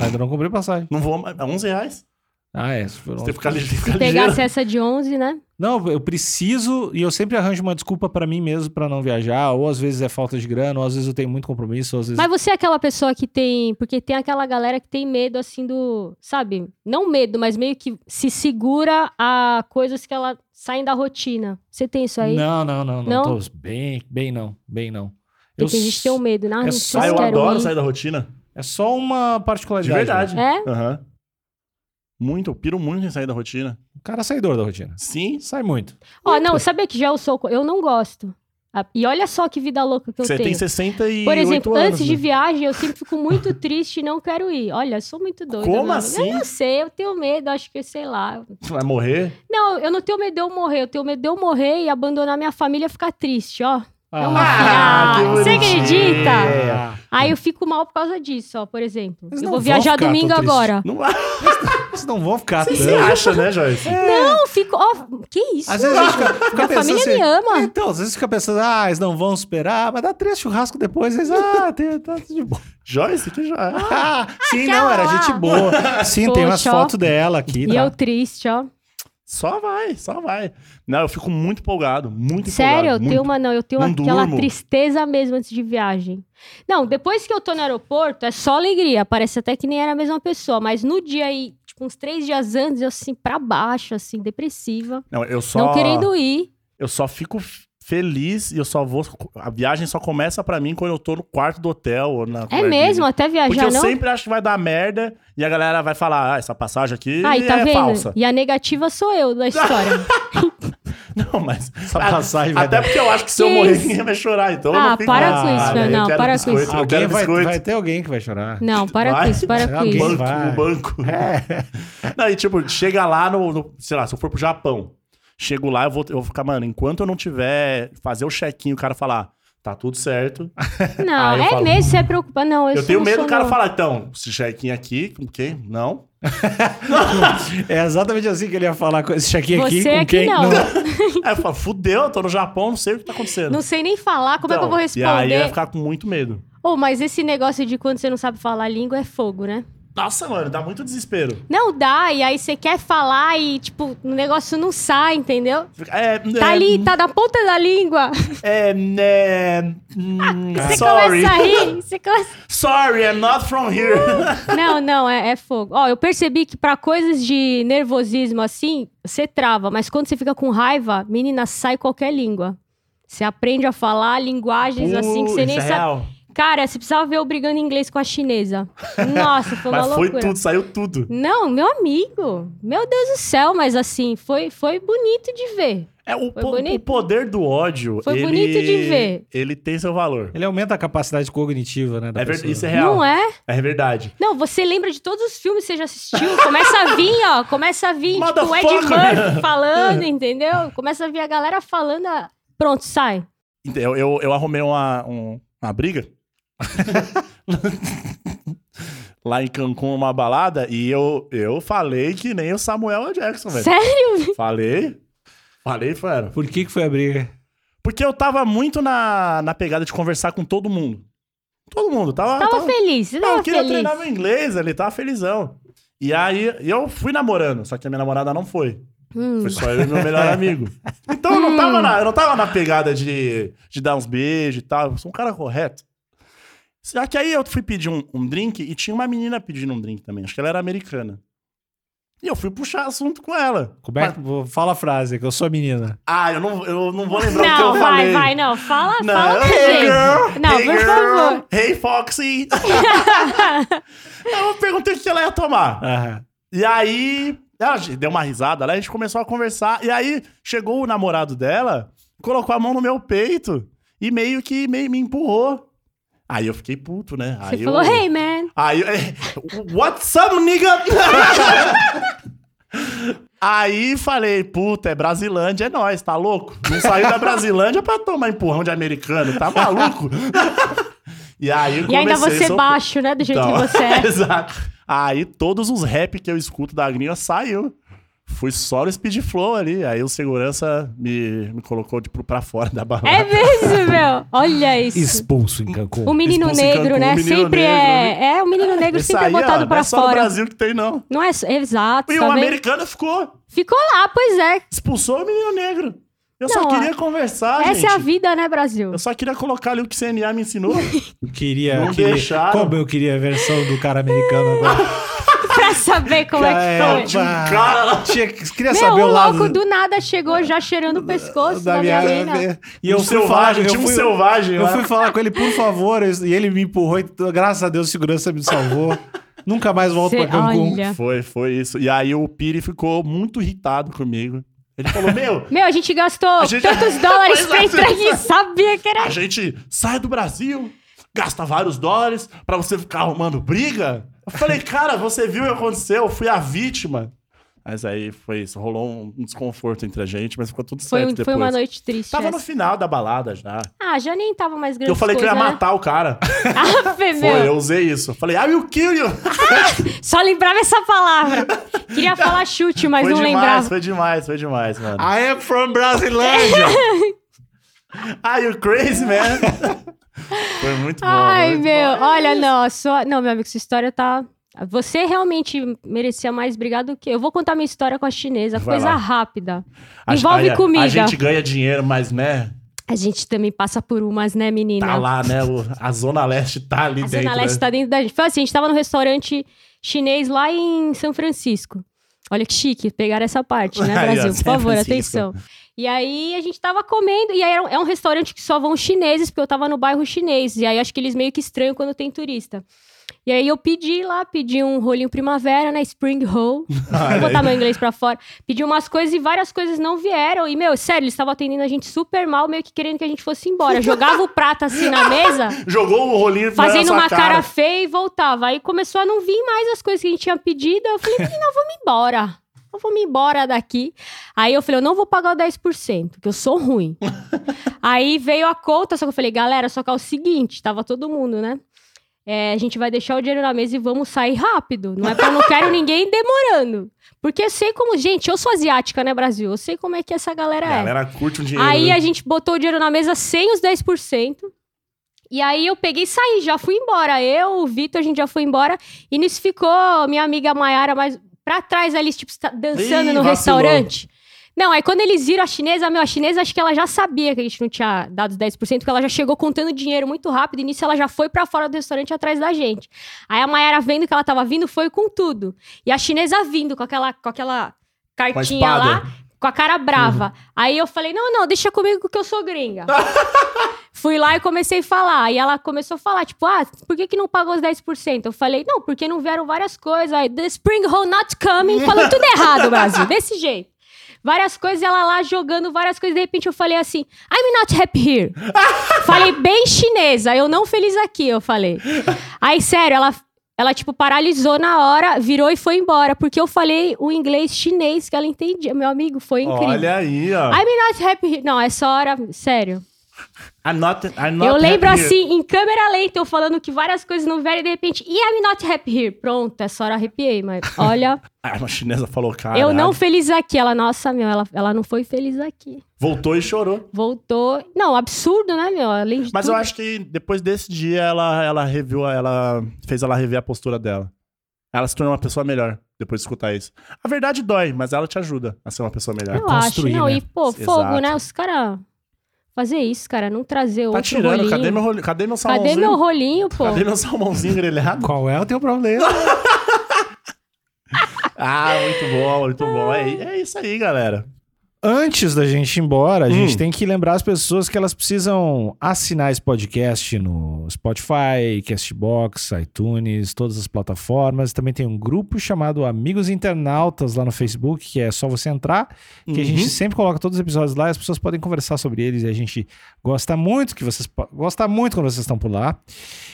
Speaker 1: Ainda não comprei passagem.
Speaker 2: Não vou mais. É 11 reais.
Speaker 1: Ah, é. isso Foram...
Speaker 2: Você fica, li- fica ligeiro.
Speaker 3: Pegasse essa de 11, né?
Speaker 1: Não, eu preciso e eu sempre arranjo uma desculpa pra mim mesmo pra não viajar. Ou às vezes é falta de grana, ou às vezes eu tenho muito compromisso, ou às vezes.
Speaker 3: Mas você é aquela pessoa que tem. Porque tem aquela galera que tem medo, assim, do. Sabe? Não medo, mas meio que se segura a coisas que ela saem da rotina. Você tem isso aí?
Speaker 1: Não, não, não, não.
Speaker 3: Não?
Speaker 1: Tô bem, bem não, bem não.
Speaker 3: Porque
Speaker 1: Eu
Speaker 3: tem gente que tem um medo, né? Ah,
Speaker 1: é
Speaker 3: não
Speaker 1: só-
Speaker 3: sei
Speaker 2: Ah,
Speaker 3: se
Speaker 2: eu
Speaker 3: quero
Speaker 2: adoro
Speaker 3: ir.
Speaker 2: sair da rotina.
Speaker 1: É só uma
Speaker 2: De
Speaker 1: particularidade.
Speaker 2: verdade.
Speaker 1: né?
Speaker 3: É?
Speaker 2: Aham. Muito, eu piro muito em sair da rotina.
Speaker 1: O cara é saidor da rotina.
Speaker 2: Sim.
Speaker 1: Sai muito.
Speaker 3: Ó, não, sabia que já eu sou. co- Eu não gosto. Ah, E olha só que vida louca que eu
Speaker 2: Você
Speaker 3: tenho.
Speaker 2: tem 68
Speaker 3: Por exemplo,
Speaker 2: anos.
Speaker 3: antes de
Speaker 2: né?
Speaker 3: viagem, eu sempre fico muito triste e não quero ir. Olha, eu sou muito doida.
Speaker 2: Como
Speaker 3: mano.
Speaker 2: assim?
Speaker 3: Eu não sei, eu tenho medo, acho que, sei lá.
Speaker 2: Vai morrer.
Speaker 3: Não, eu não tenho medo de eu morrer, eu tenho medo de eu morrer e abandonar minha família e ficar triste, ó. É uma
Speaker 2: Ah,
Speaker 3: piada.
Speaker 2: que
Speaker 3: Você
Speaker 2: bonitinho.
Speaker 3: acredita?
Speaker 1: Ah,
Speaker 3: Aí eu fico mal por causa disso, ó, por exemplo.
Speaker 1: Mas
Speaker 3: eu
Speaker 1: não
Speaker 3: vou
Speaker 1: vão
Speaker 3: viajar
Speaker 1: ficar tão
Speaker 3: domingo
Speaker 1: triste.
Speaker 3: agora.
Speaker 2: Não há.
Speaker 1: Vocês não vão
Speaker 3: Ah,
Speaker 1: ficar
Speaker 2: Você
Speaker 3: tá.
Speaker 1: tanto.
Speaker 2: se acha, né, Joyce?
Speaker 3: Não, eu fico. Ó, que isso?
Speaker 1: Às vezes a gente fica, fica
Speaker 3: Minha
Speaker 1: pensando
Speaker 3: família me
Speaker 1: assim,
Speaker 3: ama.
Speaker 1: Então, às vezes fica pensando, ah, eles não vão superar, mas dá três churrasco depois, eles, ah, tem, tá tudo de boa.
Speaker 2: Joyce, que é. já.
Speaker 1: Ah, sim, não, era gente boa. Sim, tem umas
Speaker 3: Poxa, ó.
Speaker 1: fotos dela aqui.
Speaker 3: E
Speaker 1: tá?
Speaker 3: eu triste, ó.
Speaker 2: Só vai, só vai. Não, eu fico muito empolgado, muito empolgado.
Speaker 3: Sério, eu
Speaker 2: muito.
Speaker 3: tenho uma não, eu tenho
Speaker 2: Não
Speaker 3: aquela
Speaker 2: durmo.
Speaker 3: tristeza mesmo antes de viagem. Não, depois que eu tô no aeroporto, é só alegria. Parece até que nem era a mesma pessoa, mas no dia aí, tipo, uns três dias antes, eu assim, pra baixo, assim, depressiva.
Speaker 2: Não, eu só...
Speaker 3: Não querendo ir.
Speaker 2: Eu só fico f- feliz e eu só vou... A viagem só começa pra mim quando eu tô no quarto do hotel ou na...
Speaker 3: É mesmo, até
Speaker 2: Porque
Speaker 3: viajar,
Speaker 2: eu
Speaker 3: não?
Speaker 2: sempre acho que vai dar merda e a galera vai falar, ah, essa passagem aqui
Speaker 3: Aí, tá
Speaker 2: é
Speaker 3: vendo?
Speaker 2: falsa.
Speaker 3: E a negativa sou eu da história.
Speaker 2: Não, mas...
Speaker 1: Essa passagem vai
Speaker 2: Até
Speaker 1: dar.
Speaker 2: porque eu acho que se eu
Speaker 3: Que
Speaker 2: morrer,
Speaker 3: isso?
Speaker 2: ninguém vai chorar, então eu
Speaker 3: Ah,
Speaker 2: não fico...
Speaker 3: para
Speaker 1: com isso,
Speaker 2: velho,
Speaker 3: não,
Speaker 2: eu quero
Speaker 3: para com
Speaker 2: biscoito, Eu
Speaker 3: isso.
Speaker 2: quero
Speaker 1: Alguém vai,
Speaker 2: biscoito.
Speaker 1: vai ter alguém que vai chorar.
Speaker 3: não, para
Speaker 2: Vai. É
Speaker 3: com isso, para com
Speaker 1: Alguém
Speaker 3: isso.
Speaker 2: banco,
Speaker 1: vai.
Speaker 2: o banco. Não, e tipo, chega lá no, no- Sei lá, se eu for pro Japão, chego lá, eu vou, eu vou ficar, mano, enquanto eu não tiver. Fazer o check-in, o cara falar. Tá tudo certo.
Speaker 3: Não,
Speaker 2: Aí Ah, eu
Speaker 3: é
Speaker 2: falo,
Speaker 3: mesmo, você é preocupante. Não, eu,
Speaker 2: Eu tenho medo do
Speaker 3: do
Speaker 2: cara falar, então, esse chequinho aqui, com quem? Não.
Speaker 1: É exatamente assim que ele ia falar com esse chequinho aqui.
Speaker 3: Você
Speaker 1: com
Speaker 3: aqui
Speaker 1: quem?
Speaker 3: não.
Speaker 2: Aí eu falo, fudeu, eu tô no Japão, não sei o que tá acontecendo.
Speaker 3: Não sei nem falar, como é que eu vou
Speaker 2: Então, E aí eu ia
Speaker 3: responder?
Speaker 2: ficar com muito medo.
Speaker 3: Ô, mas esse negócio de quando você não sabe falar a língua é fogo, né?
Speaker 2: Nossa, mano, dá muito desespero.
Speaker 3: Não dá, e aí você quer falar e, tipo, o negócio não sai, entendeu?
Speaker 2: Fica- É,
Speaker 3: Tá
Speaker 2: é,
Speaker 3: ali, tá na ponta da língua.
Speaker 2: É, é, hum,
Speaker 3: Você
Speaker 2: sorry.
Speaker 3: começa a rir, você começa...
Speaker 2: Sorry, I'm not from here.
Speaker 3: Não, não, é, é fogo. Ó, eu percebi que pra coisas de nervosismo assim, você trava, mas quando você fica com raiva, menina, sai qualquer língua. Você aprende a falar linguagens assim que você
Speaker 2: Putz,
Speaker 3: nem
Speaker 2: é
Speaker 3: sabe.
Speaker 2: real.
Speaker 3: Cara, você precisava ver eu brigando em inglês com a chinesa. Nossa, foi uma
Speaker 2: Mas foi
Speaker 3: loucura.
Speaker 2: tudo, saiu tudo.
Speaker 3: Não, meu amigo. Meu Deus do céu, mas assim, foi, foi bonito de ver.
Speaker 2: É, o,
Speaker 3: Foi
Speaker 2: po-
Speaker 3: bonito.
Speaker 2: o poder do ódio.
Speaker 3: Foi
Speaker 2: ele-
Speaker 3: bonito de ver.
Speaker 2: Ele tem seu valor.
Speaker 1: Ele aumenta a capacidade cognitiva, né? Da
Speaker 2: É ver-
Speaker 1: pessoa.
Speaker 2: isso é real.
Speaker 3: Não é?
Speaker 2: É verdade.
Speaker 3: Não, você lembra de todos os filmes que você já assistiu. Começa a vir, ó. Começa a vir, tipo, o Ed
Speaker 2: Motherfucker.
Speaker 3: Murphy falando, entendeu? Começa a vir a galera falando. ah, Pronto, sai.
Speaker 2: Eu, eu, eu arrumei uma, um- uma briga. Lá em Cancún, uma balada, e eu, eu falei que nem o Samuel L. Jackson, velho.
Speaker 3: Sério?
Speaker 2: Falei. Falei, fera.
Speaker 1: Por que, que foi a briga?
Speaker 2: Porque eu tava muito na, na pegada de conversar com todo mundo. Todo mundo. Tava,
Speaker 3: Tava, feliz, você
Speaker 2: Ah, eu
Speaker 3: tava
Speaker 2: queria
Speaker 3: feliz.
Speaker 2: treinar meu inglês, ele tava felizão. E aí, eu fui namorando, só que a minha namorada não foi.
Speaker 3: Hum.
Speaker 2: Foi só eu e meu melhor amigo. Então eu não tava na, eu não tava na pegada de, de dar uns beijos e tal. Eu sou um cara correto. Só que aí eu fui pedir um, um drink e tinha uma menina pedindo um drink também. Acho que ela era americana. E eu fui puxar assunto com ela.
Speaker 1: Como é que... Fala a frase, que eu sou a menina.
Speaker 2: Ah, eu não, eu não vou lembrar o que eu
Speaker 3: Não, vai,
Speaker 2: falei.
Speaker 3: vai, não. Fala,
Speaker 2: Não,
Speaker 3: fala pra
Speaker 2: hey
Speaker 3: gente.
Speaker 2: girl,
Speaker 3: Não,
Speaker 2: hey
Speaker 3: por
Speaker 2: girl,
Speaker 3: favor.
Speaker 2: Hey Foxy. eu perguntei o que ela ia tomar.
Speaker 1: Aham.
Speaker 2: E aí, ela deu uma risada lá, a gente começou a conversar. E aí, chegou o namorado dela, colocou a mão no meu peito e meio que me, me empurrou. Aí eu fiquei puto, né?
Speaker 3: Você
Speaker 2: Aí
Speaker 3: falou,
Speaker 2: eu,
Speaker 3: hey, man.
Speaker 2: Aí eu, What's up, nigga? aí falei, puta, é Brasilândia, é nóis, tá louco? Não saiu da Brasilândia pra tomar empurrão de americano, tá maluco? e aí
Speaker 3: E ainda
Speaker 2: comecei,
Speaker 3: você
Speaker 2: sou-
Speaker 3: baixo, né? Do jeito
Speaker 2: então,
Speaker 3: que você é.
Speaker 2: Exato. Aí todos os rap que eu escuto da gringa saiu. Fui só no speed flow ali. Aí o segurança me, me colocou de pro- pra fora da balada.
Speaker 3: É mesmo, meu. Olha isso.
Speaker 1: Expulso em Cancún.
Speaker 3: O menino
Speaker 2: Expulso em
Speaker 3: negro,
Speaker 2: Cancún,
Speaker 3: né?
Speaker 2: o menino
Speaker 3: sempre
Speaker 2: negro. né?"
Speaker 3: é. É, o menino negro
Speaker 2: Esse
Speaker 3: sempre
Speaker 2: aí,
Speaker 3: é
Speaker 2: ó,
Speaker 3: botado
Speaker 2: não
Speaker 3: pra
Speaker 2: é só no
Speaker 3: fora.
Speaker 2: Brasil que tem, não.
Speaker 3: Não é. só- Exato.
Speaker 2: E
Speaker 3: tá
Speaker 2: um
Speaker 3: vendo?
Speaker 2: americano ficou.
Speaker 3: Ficou lá, pois é.
Speaker 2: Expulsou o menino negro. Eu só
Speaker 3: Não, ó.
Speaker 2: queria conversar,
Speaker 3: Essa
Speaker 2: Ah, gente.
Speaker 3: é a vida, né, Brasil?
Speaker 2: Eu só queria colocar ali o que o CNA me ensinou.
Speaker 1: Eu queria,
Speaker 2: Não
Speaker 1: eu queria-
Speaker 2: deixaram.
Speaker 1: Como eu queria a versão do cara americano agora.
Speaker 3: pra saber como é
Speaker 1: É,
Speaker 3: que foi.
Speaker 1: tinha um cara lá, tinha- queria
Speaker 3: Meu,
Speaker 1: saber
Speaker 3: o
Speaker 1: o lado
Speaker 3: louco do nada chegou já cheirando o pescoço da,
Speaker 1: da
Speaker 3: minha mina.
Speaker 1: E eu
Speaker 2: um
Speaker 1: fui falar,
Speaker 2: selvagem,
Speaker 1: eu
Speaker 2: tinha um
Speaker 1: fui,
Speaker 2: selvagem
Speaker 1: eu
Speaker 2: lá.
Speaker 1: fui falar com ele, por favor, eu- e ele me empurrou e graças a Deus a segurança me salvou. Nunca mais volto
Speaker 3: Cê-
Speaker 1: pra Cancún.
Speaker 3: olha.
Speaker 2: Foi, foi isso. E aí o Piri ficou muito irritado comigo. Ele falou, meu,
Speaker 3: Meu, a gente gastou
Speaker 2: A gente-
Speaker 3: tantos dólares pra
Speaker 2: Pois é.
Speaker 3: entrar aqui, sabia que era.
Speaker 2: A gente sai do Brasil, gasta vários dólares pra você ficar arrumando briga. Eu falei, cara, você viu o que aconteceu? Eu fui a vítima. Mas aí foi isso, rolou um um desconforto entre a gente, mas ficou tudo
Speaker 3: Foi,
Speaker 2: certo
Speaker 3: um-
Speaker 2: depois.
Speaker 3: foi uma noite triste.
Speaker 2: Tava
Speaker 3: essa.
Speaker 2: no final da balada já.
Speaker 3: Ah, já nem tava mais grande.
Speaker 2: Eu falei que eu ia matar o cara. Foi, eu
Speaker 3: Ah, meu.
Speaker 2: usei isso. Eu falei, I will kill you.
Speaker 3: Só lembrava essa palavra. Queria falar chute, mas
Speaker 2: foi
Speaker 3: não
Speaker 2: demais,
Speaker 3: lembrava.
Speaker 2: foi demais, foi demais, mano.
Speaker 1: I am from Brasilândia!
Speaker 2: Are Ah, you crazy, man? foi muito bom.
Speaker 3: Ai,
Speaker 2: muito
Speaker 3: meu,
Speaker 2: bom.
Speaker 3: olha, não, a sua. Não, meu amigo, sua história tá. Você realmente merecia mais brigar do que. Eu vou contar minha história com a chinesa,
Speaker 2: Vai
Speaker 3: coisa
Speaker 2: lá.
Speaker 3: rápida.
Speaker 2: A-
Speaker 3: Envolve
Speaker 2: a-
Speaker 3: comida.
Speaker 2: A gente ganha dinheiro, mas, né?
Speaker 3: também passa por umas, né, menina?
Speaker 2: Tá lá, né? o- a Zona Leste tá ali
Speaker 3: a
Speaker 2: dentro.
Speaker 3: Zona Leste
Speaker 2: né?
Speaker 3: tá dentro da gente. Foi assim, a gente tava no restaurante chinês lá em São Francisco. Olha que chique, pegaram essa parte, né,
Speaker 2: Aí, ó,
Speaker 3: Brasil? Por
Speaker 2: São
Speaker 3: favor,
Speaker 2: Francisco.
Speaker 3: atenção. E aí a gente tava comendo, e aí era um- é um restaurante que só vão chineses, porque eu tava no bairro chinês. E aí acho que eles meio que estranham quando tem turista. E aí eu pedi lá, pedi um rolinho primavera, né? Spring roll. Vou botar meu inglês pra fora. Pedi umas coisas e várias coisas não vieram. E, meu, sério, eles estavam atendendo a gente super mal, meio que querendo que a gente fosse embora. Jogava o prato assim na mesa
Speaker 2: Jogou o rolinho pra
Speaker 3: fazendo
Speaker 2: sua
Speaker 3: uma cara. feia e voltava. Aí começou a não vir mais as coisas que a gente tinha pedido. Eu falei, menina, vamos embora. eu vou me embora daqui. Aí eu falei, eu não vou pagar o 10%, que eu sou ruim. Aí veio a conta, só que eu falei, galera, só que é o seguinte, tava todo mundo, né? É, a gente vai deixar o dinheiro na mesa e vamos sair rápido. Não é porque eu não quero ninguém demorando. Porque eu sei como. Gente, eu sou asiática, né, Brasil? Eu sei como é que essa galera
Speaker 2: A
Speaker 3: é.
Speaker 2: galera curte um dinheiro.
Speaker 3: Aí
Speaker 2: né?
Speaker 3: a gente botou o dinheiro na mesa sem os 10%. E aí eu peguei e saí, já fui embora. Eu, o Vitor, a gente já foi embora. E nisso ficou minha amiga Mayara mais pra trás ali, tipo, tá- dançando
Speaker 2: Ih,
Speaker 3: no
Speaker 2: vacilou.
Speaker 3: restaurante. Não, aí quando eles viram a chinesa, meu, a chinesa acho que ela já sabia que a gente não tinha dado os 10%, porque ela já chegou contando dinheiro muito rápido, e nisso ela já foi pra fora do restaurante atrás da gente. Aí a Mayara vendo que ela tava vindo, foi com tudo. E a chinesa vindo com aquela, com aquela cartinha
Speaker 2: espada.
Speaker 3: lá, com a cara brava. Aí eu falei: não, não, deixa comigo que eu sou gringa. Fui lá e comecei a falar. E ela começou a falar, tipo, ah, por que, que não pagou os 10%? Eu falei, não, porque não vieram várias coisas. Aí, The spring roll not coming. Falou tudo errado, Brasil. Desse jeito. Várias coisas, ela lá jogando várias coisas. De repente eu falei assim, I'm not happy here. falei bem chinesa, eu não feliz aqui, eu falei. Aí, sério, ela, ela tipo, paralisou na hora, virou e foi embora. Porque eu falei o inglês chinês que ela entendia. Meu amigo, foi é incrível.
Speaker 2: Olha aí, ó.
Speaker 3: I'm not happy here. Não, essa hora, sério.
Speaker 2: I'm not, I'm not
Speaker 3: Eu lembro
Speaker 2: happy.
Speaker 3: assim, em câmera lenta, eu falando que várias coisas não vieram e de repente, e I'm not happy here. Pronto, essa hora eu arrepiei, mas olha,
Speaker 2: Ah, uma chinesa falou, cara.
Speaker 3: eu não feliz aqui. Ela, nossa, meu, ela, ela não foi feliz aqui.
Speaker 2: Voltou e chorou.
Speaker 3: Voltou. Não, absurdo, né, meu? Além de
Speaker 2: Mas
Speaker 3: tudo.
Speaker 2: eu acho que depois desse dia ela, ela reviu, a- ela fez ela rever a postura dela. Ela se tornou uma pessoa melhor depois de escutar isso. A verdade dói, mas ela te ajuda a ser uma pessoa melhor.
Speaker 3: Eu acho,
Speaker 1: construir,
Speaker 3: não.
Speaker 1: né?
Speaker 3: E, pô,
Speaker 2: Exato.
Speaker 3: fogo, né? Os caras. Fazer isso, cara, não trazer
Speaker 2: Tá
Speaker 3: outro
Speaker 2: tirando,
Speaker 3: rolinho.
Speaker 2: cadê meu, roli- cadê meu salmãozinho?
Speaker 3: Cadê meu rolinho, pô?
Speaker 2: Cadê meu salmãozinho grelhado?
Speaker 1: Qual é o teu problema?
Speaker 2: ah, muito bom, muito bom. É, é isso aí, galera.
Speaker 1: Antes da gente ir embora, a
Speaker 2: Hum.
Speaker 1: gente tem que lembrar as pessoas que elas precisam assinar esse podcast no Spotify, Castbox, iTunes, todas as plataformas. Também tem um grupo chamado Amigos Internautas lá no Facebook, que é só você entrar, que a gente
Speaker 2: Uhum.
Speaker 1: sempre coloca todos os episódios lá, e as pessoas podem conversar sobre eles e a gente gosta muito que vocês po- gosta muito quando vocês estão por lá.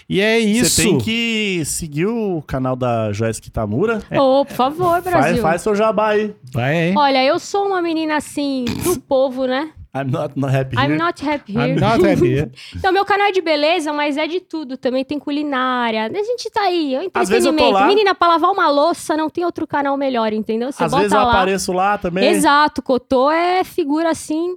Speaker 1: E é isso.
Speaker 2: Você tem que seguir o canal da Joyce Kitamura.
Speaker 3: Ô, por favor,
Speaker 2: Faz,
Speaker 3: Brasil.
Speaker 2: faz seu jabá aí.
Speaker 1: Vai aí.
Speaker 3: Olha, eu sou uma menina assim, do povo, né?
Speaker 2: I'm not, not happy
Speaker 3: I'm
Speaker 2: here.
Speaker 3: not happy here.
Speaker 1: I'm not happy.
Speaker 3: Então, meu canal é de beleza, mas é de tudo. Também tem culinária. A gente tá aí, é o entretenimento.
Speaker 2: Às vezes eu tô lá.
Speaker 3: Menina, pra lavar uma louça, não tem outro canal melhor, entendeu? Você
Speaker 2: Às
Speaker 3: bota
Speaker 2: vezes eu
Speaker 3: lá.
Speaker 2: apareço lá também.
Speaker 3: Exato, Cotô é figura assim.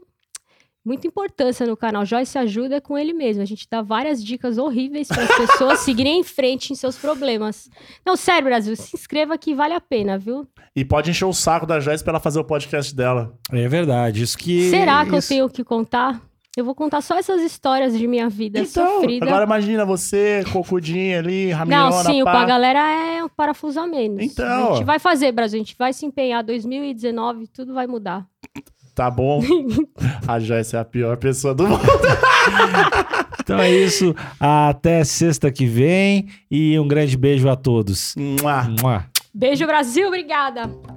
Speaker 3: Muita importância no canal. Joyce ajuda é com ele mesmo. A gente dá várias dicas horríveis para as pessoas seguirem em frente em seus problemas. Não, sério, Brasil, se inscreva que vale a pena, viu?
Speaker 2: E pode encher o saco da Joyce pra ela fazer o podcast dela.
Speaker 1: É verdade. Isso que
Speaker 3: Será que eu
Speaker 1: isso-
Speaker 3: tenho que contar? Eu vou contar só essas histórias de minha vida
Speaker 2: Então,
Speaker 3: sofrida.
Speaker 2: agora imagina você, cocudinha ali, ramirona,
Speaker 3: Não, sim, o
Speaker 2: pá.
Speaker 3: pra galera é um parafuso a menos.
Speaker 2: Então.
Speaker 3: A gente vai fazer, Brasil. A gente vai se empenhar. 2019, tudo vai mudar.
Speaker 2: Tá bom. a Joyce é a pior pessoa do mundo.
Speaker 1: Então é isso. Até sexta que vem e um grande beijo a todos.
Speaker 2: Mua.
Speaker 1: Mua.
Speaker 3: Beijo, Brasil. Obrigada.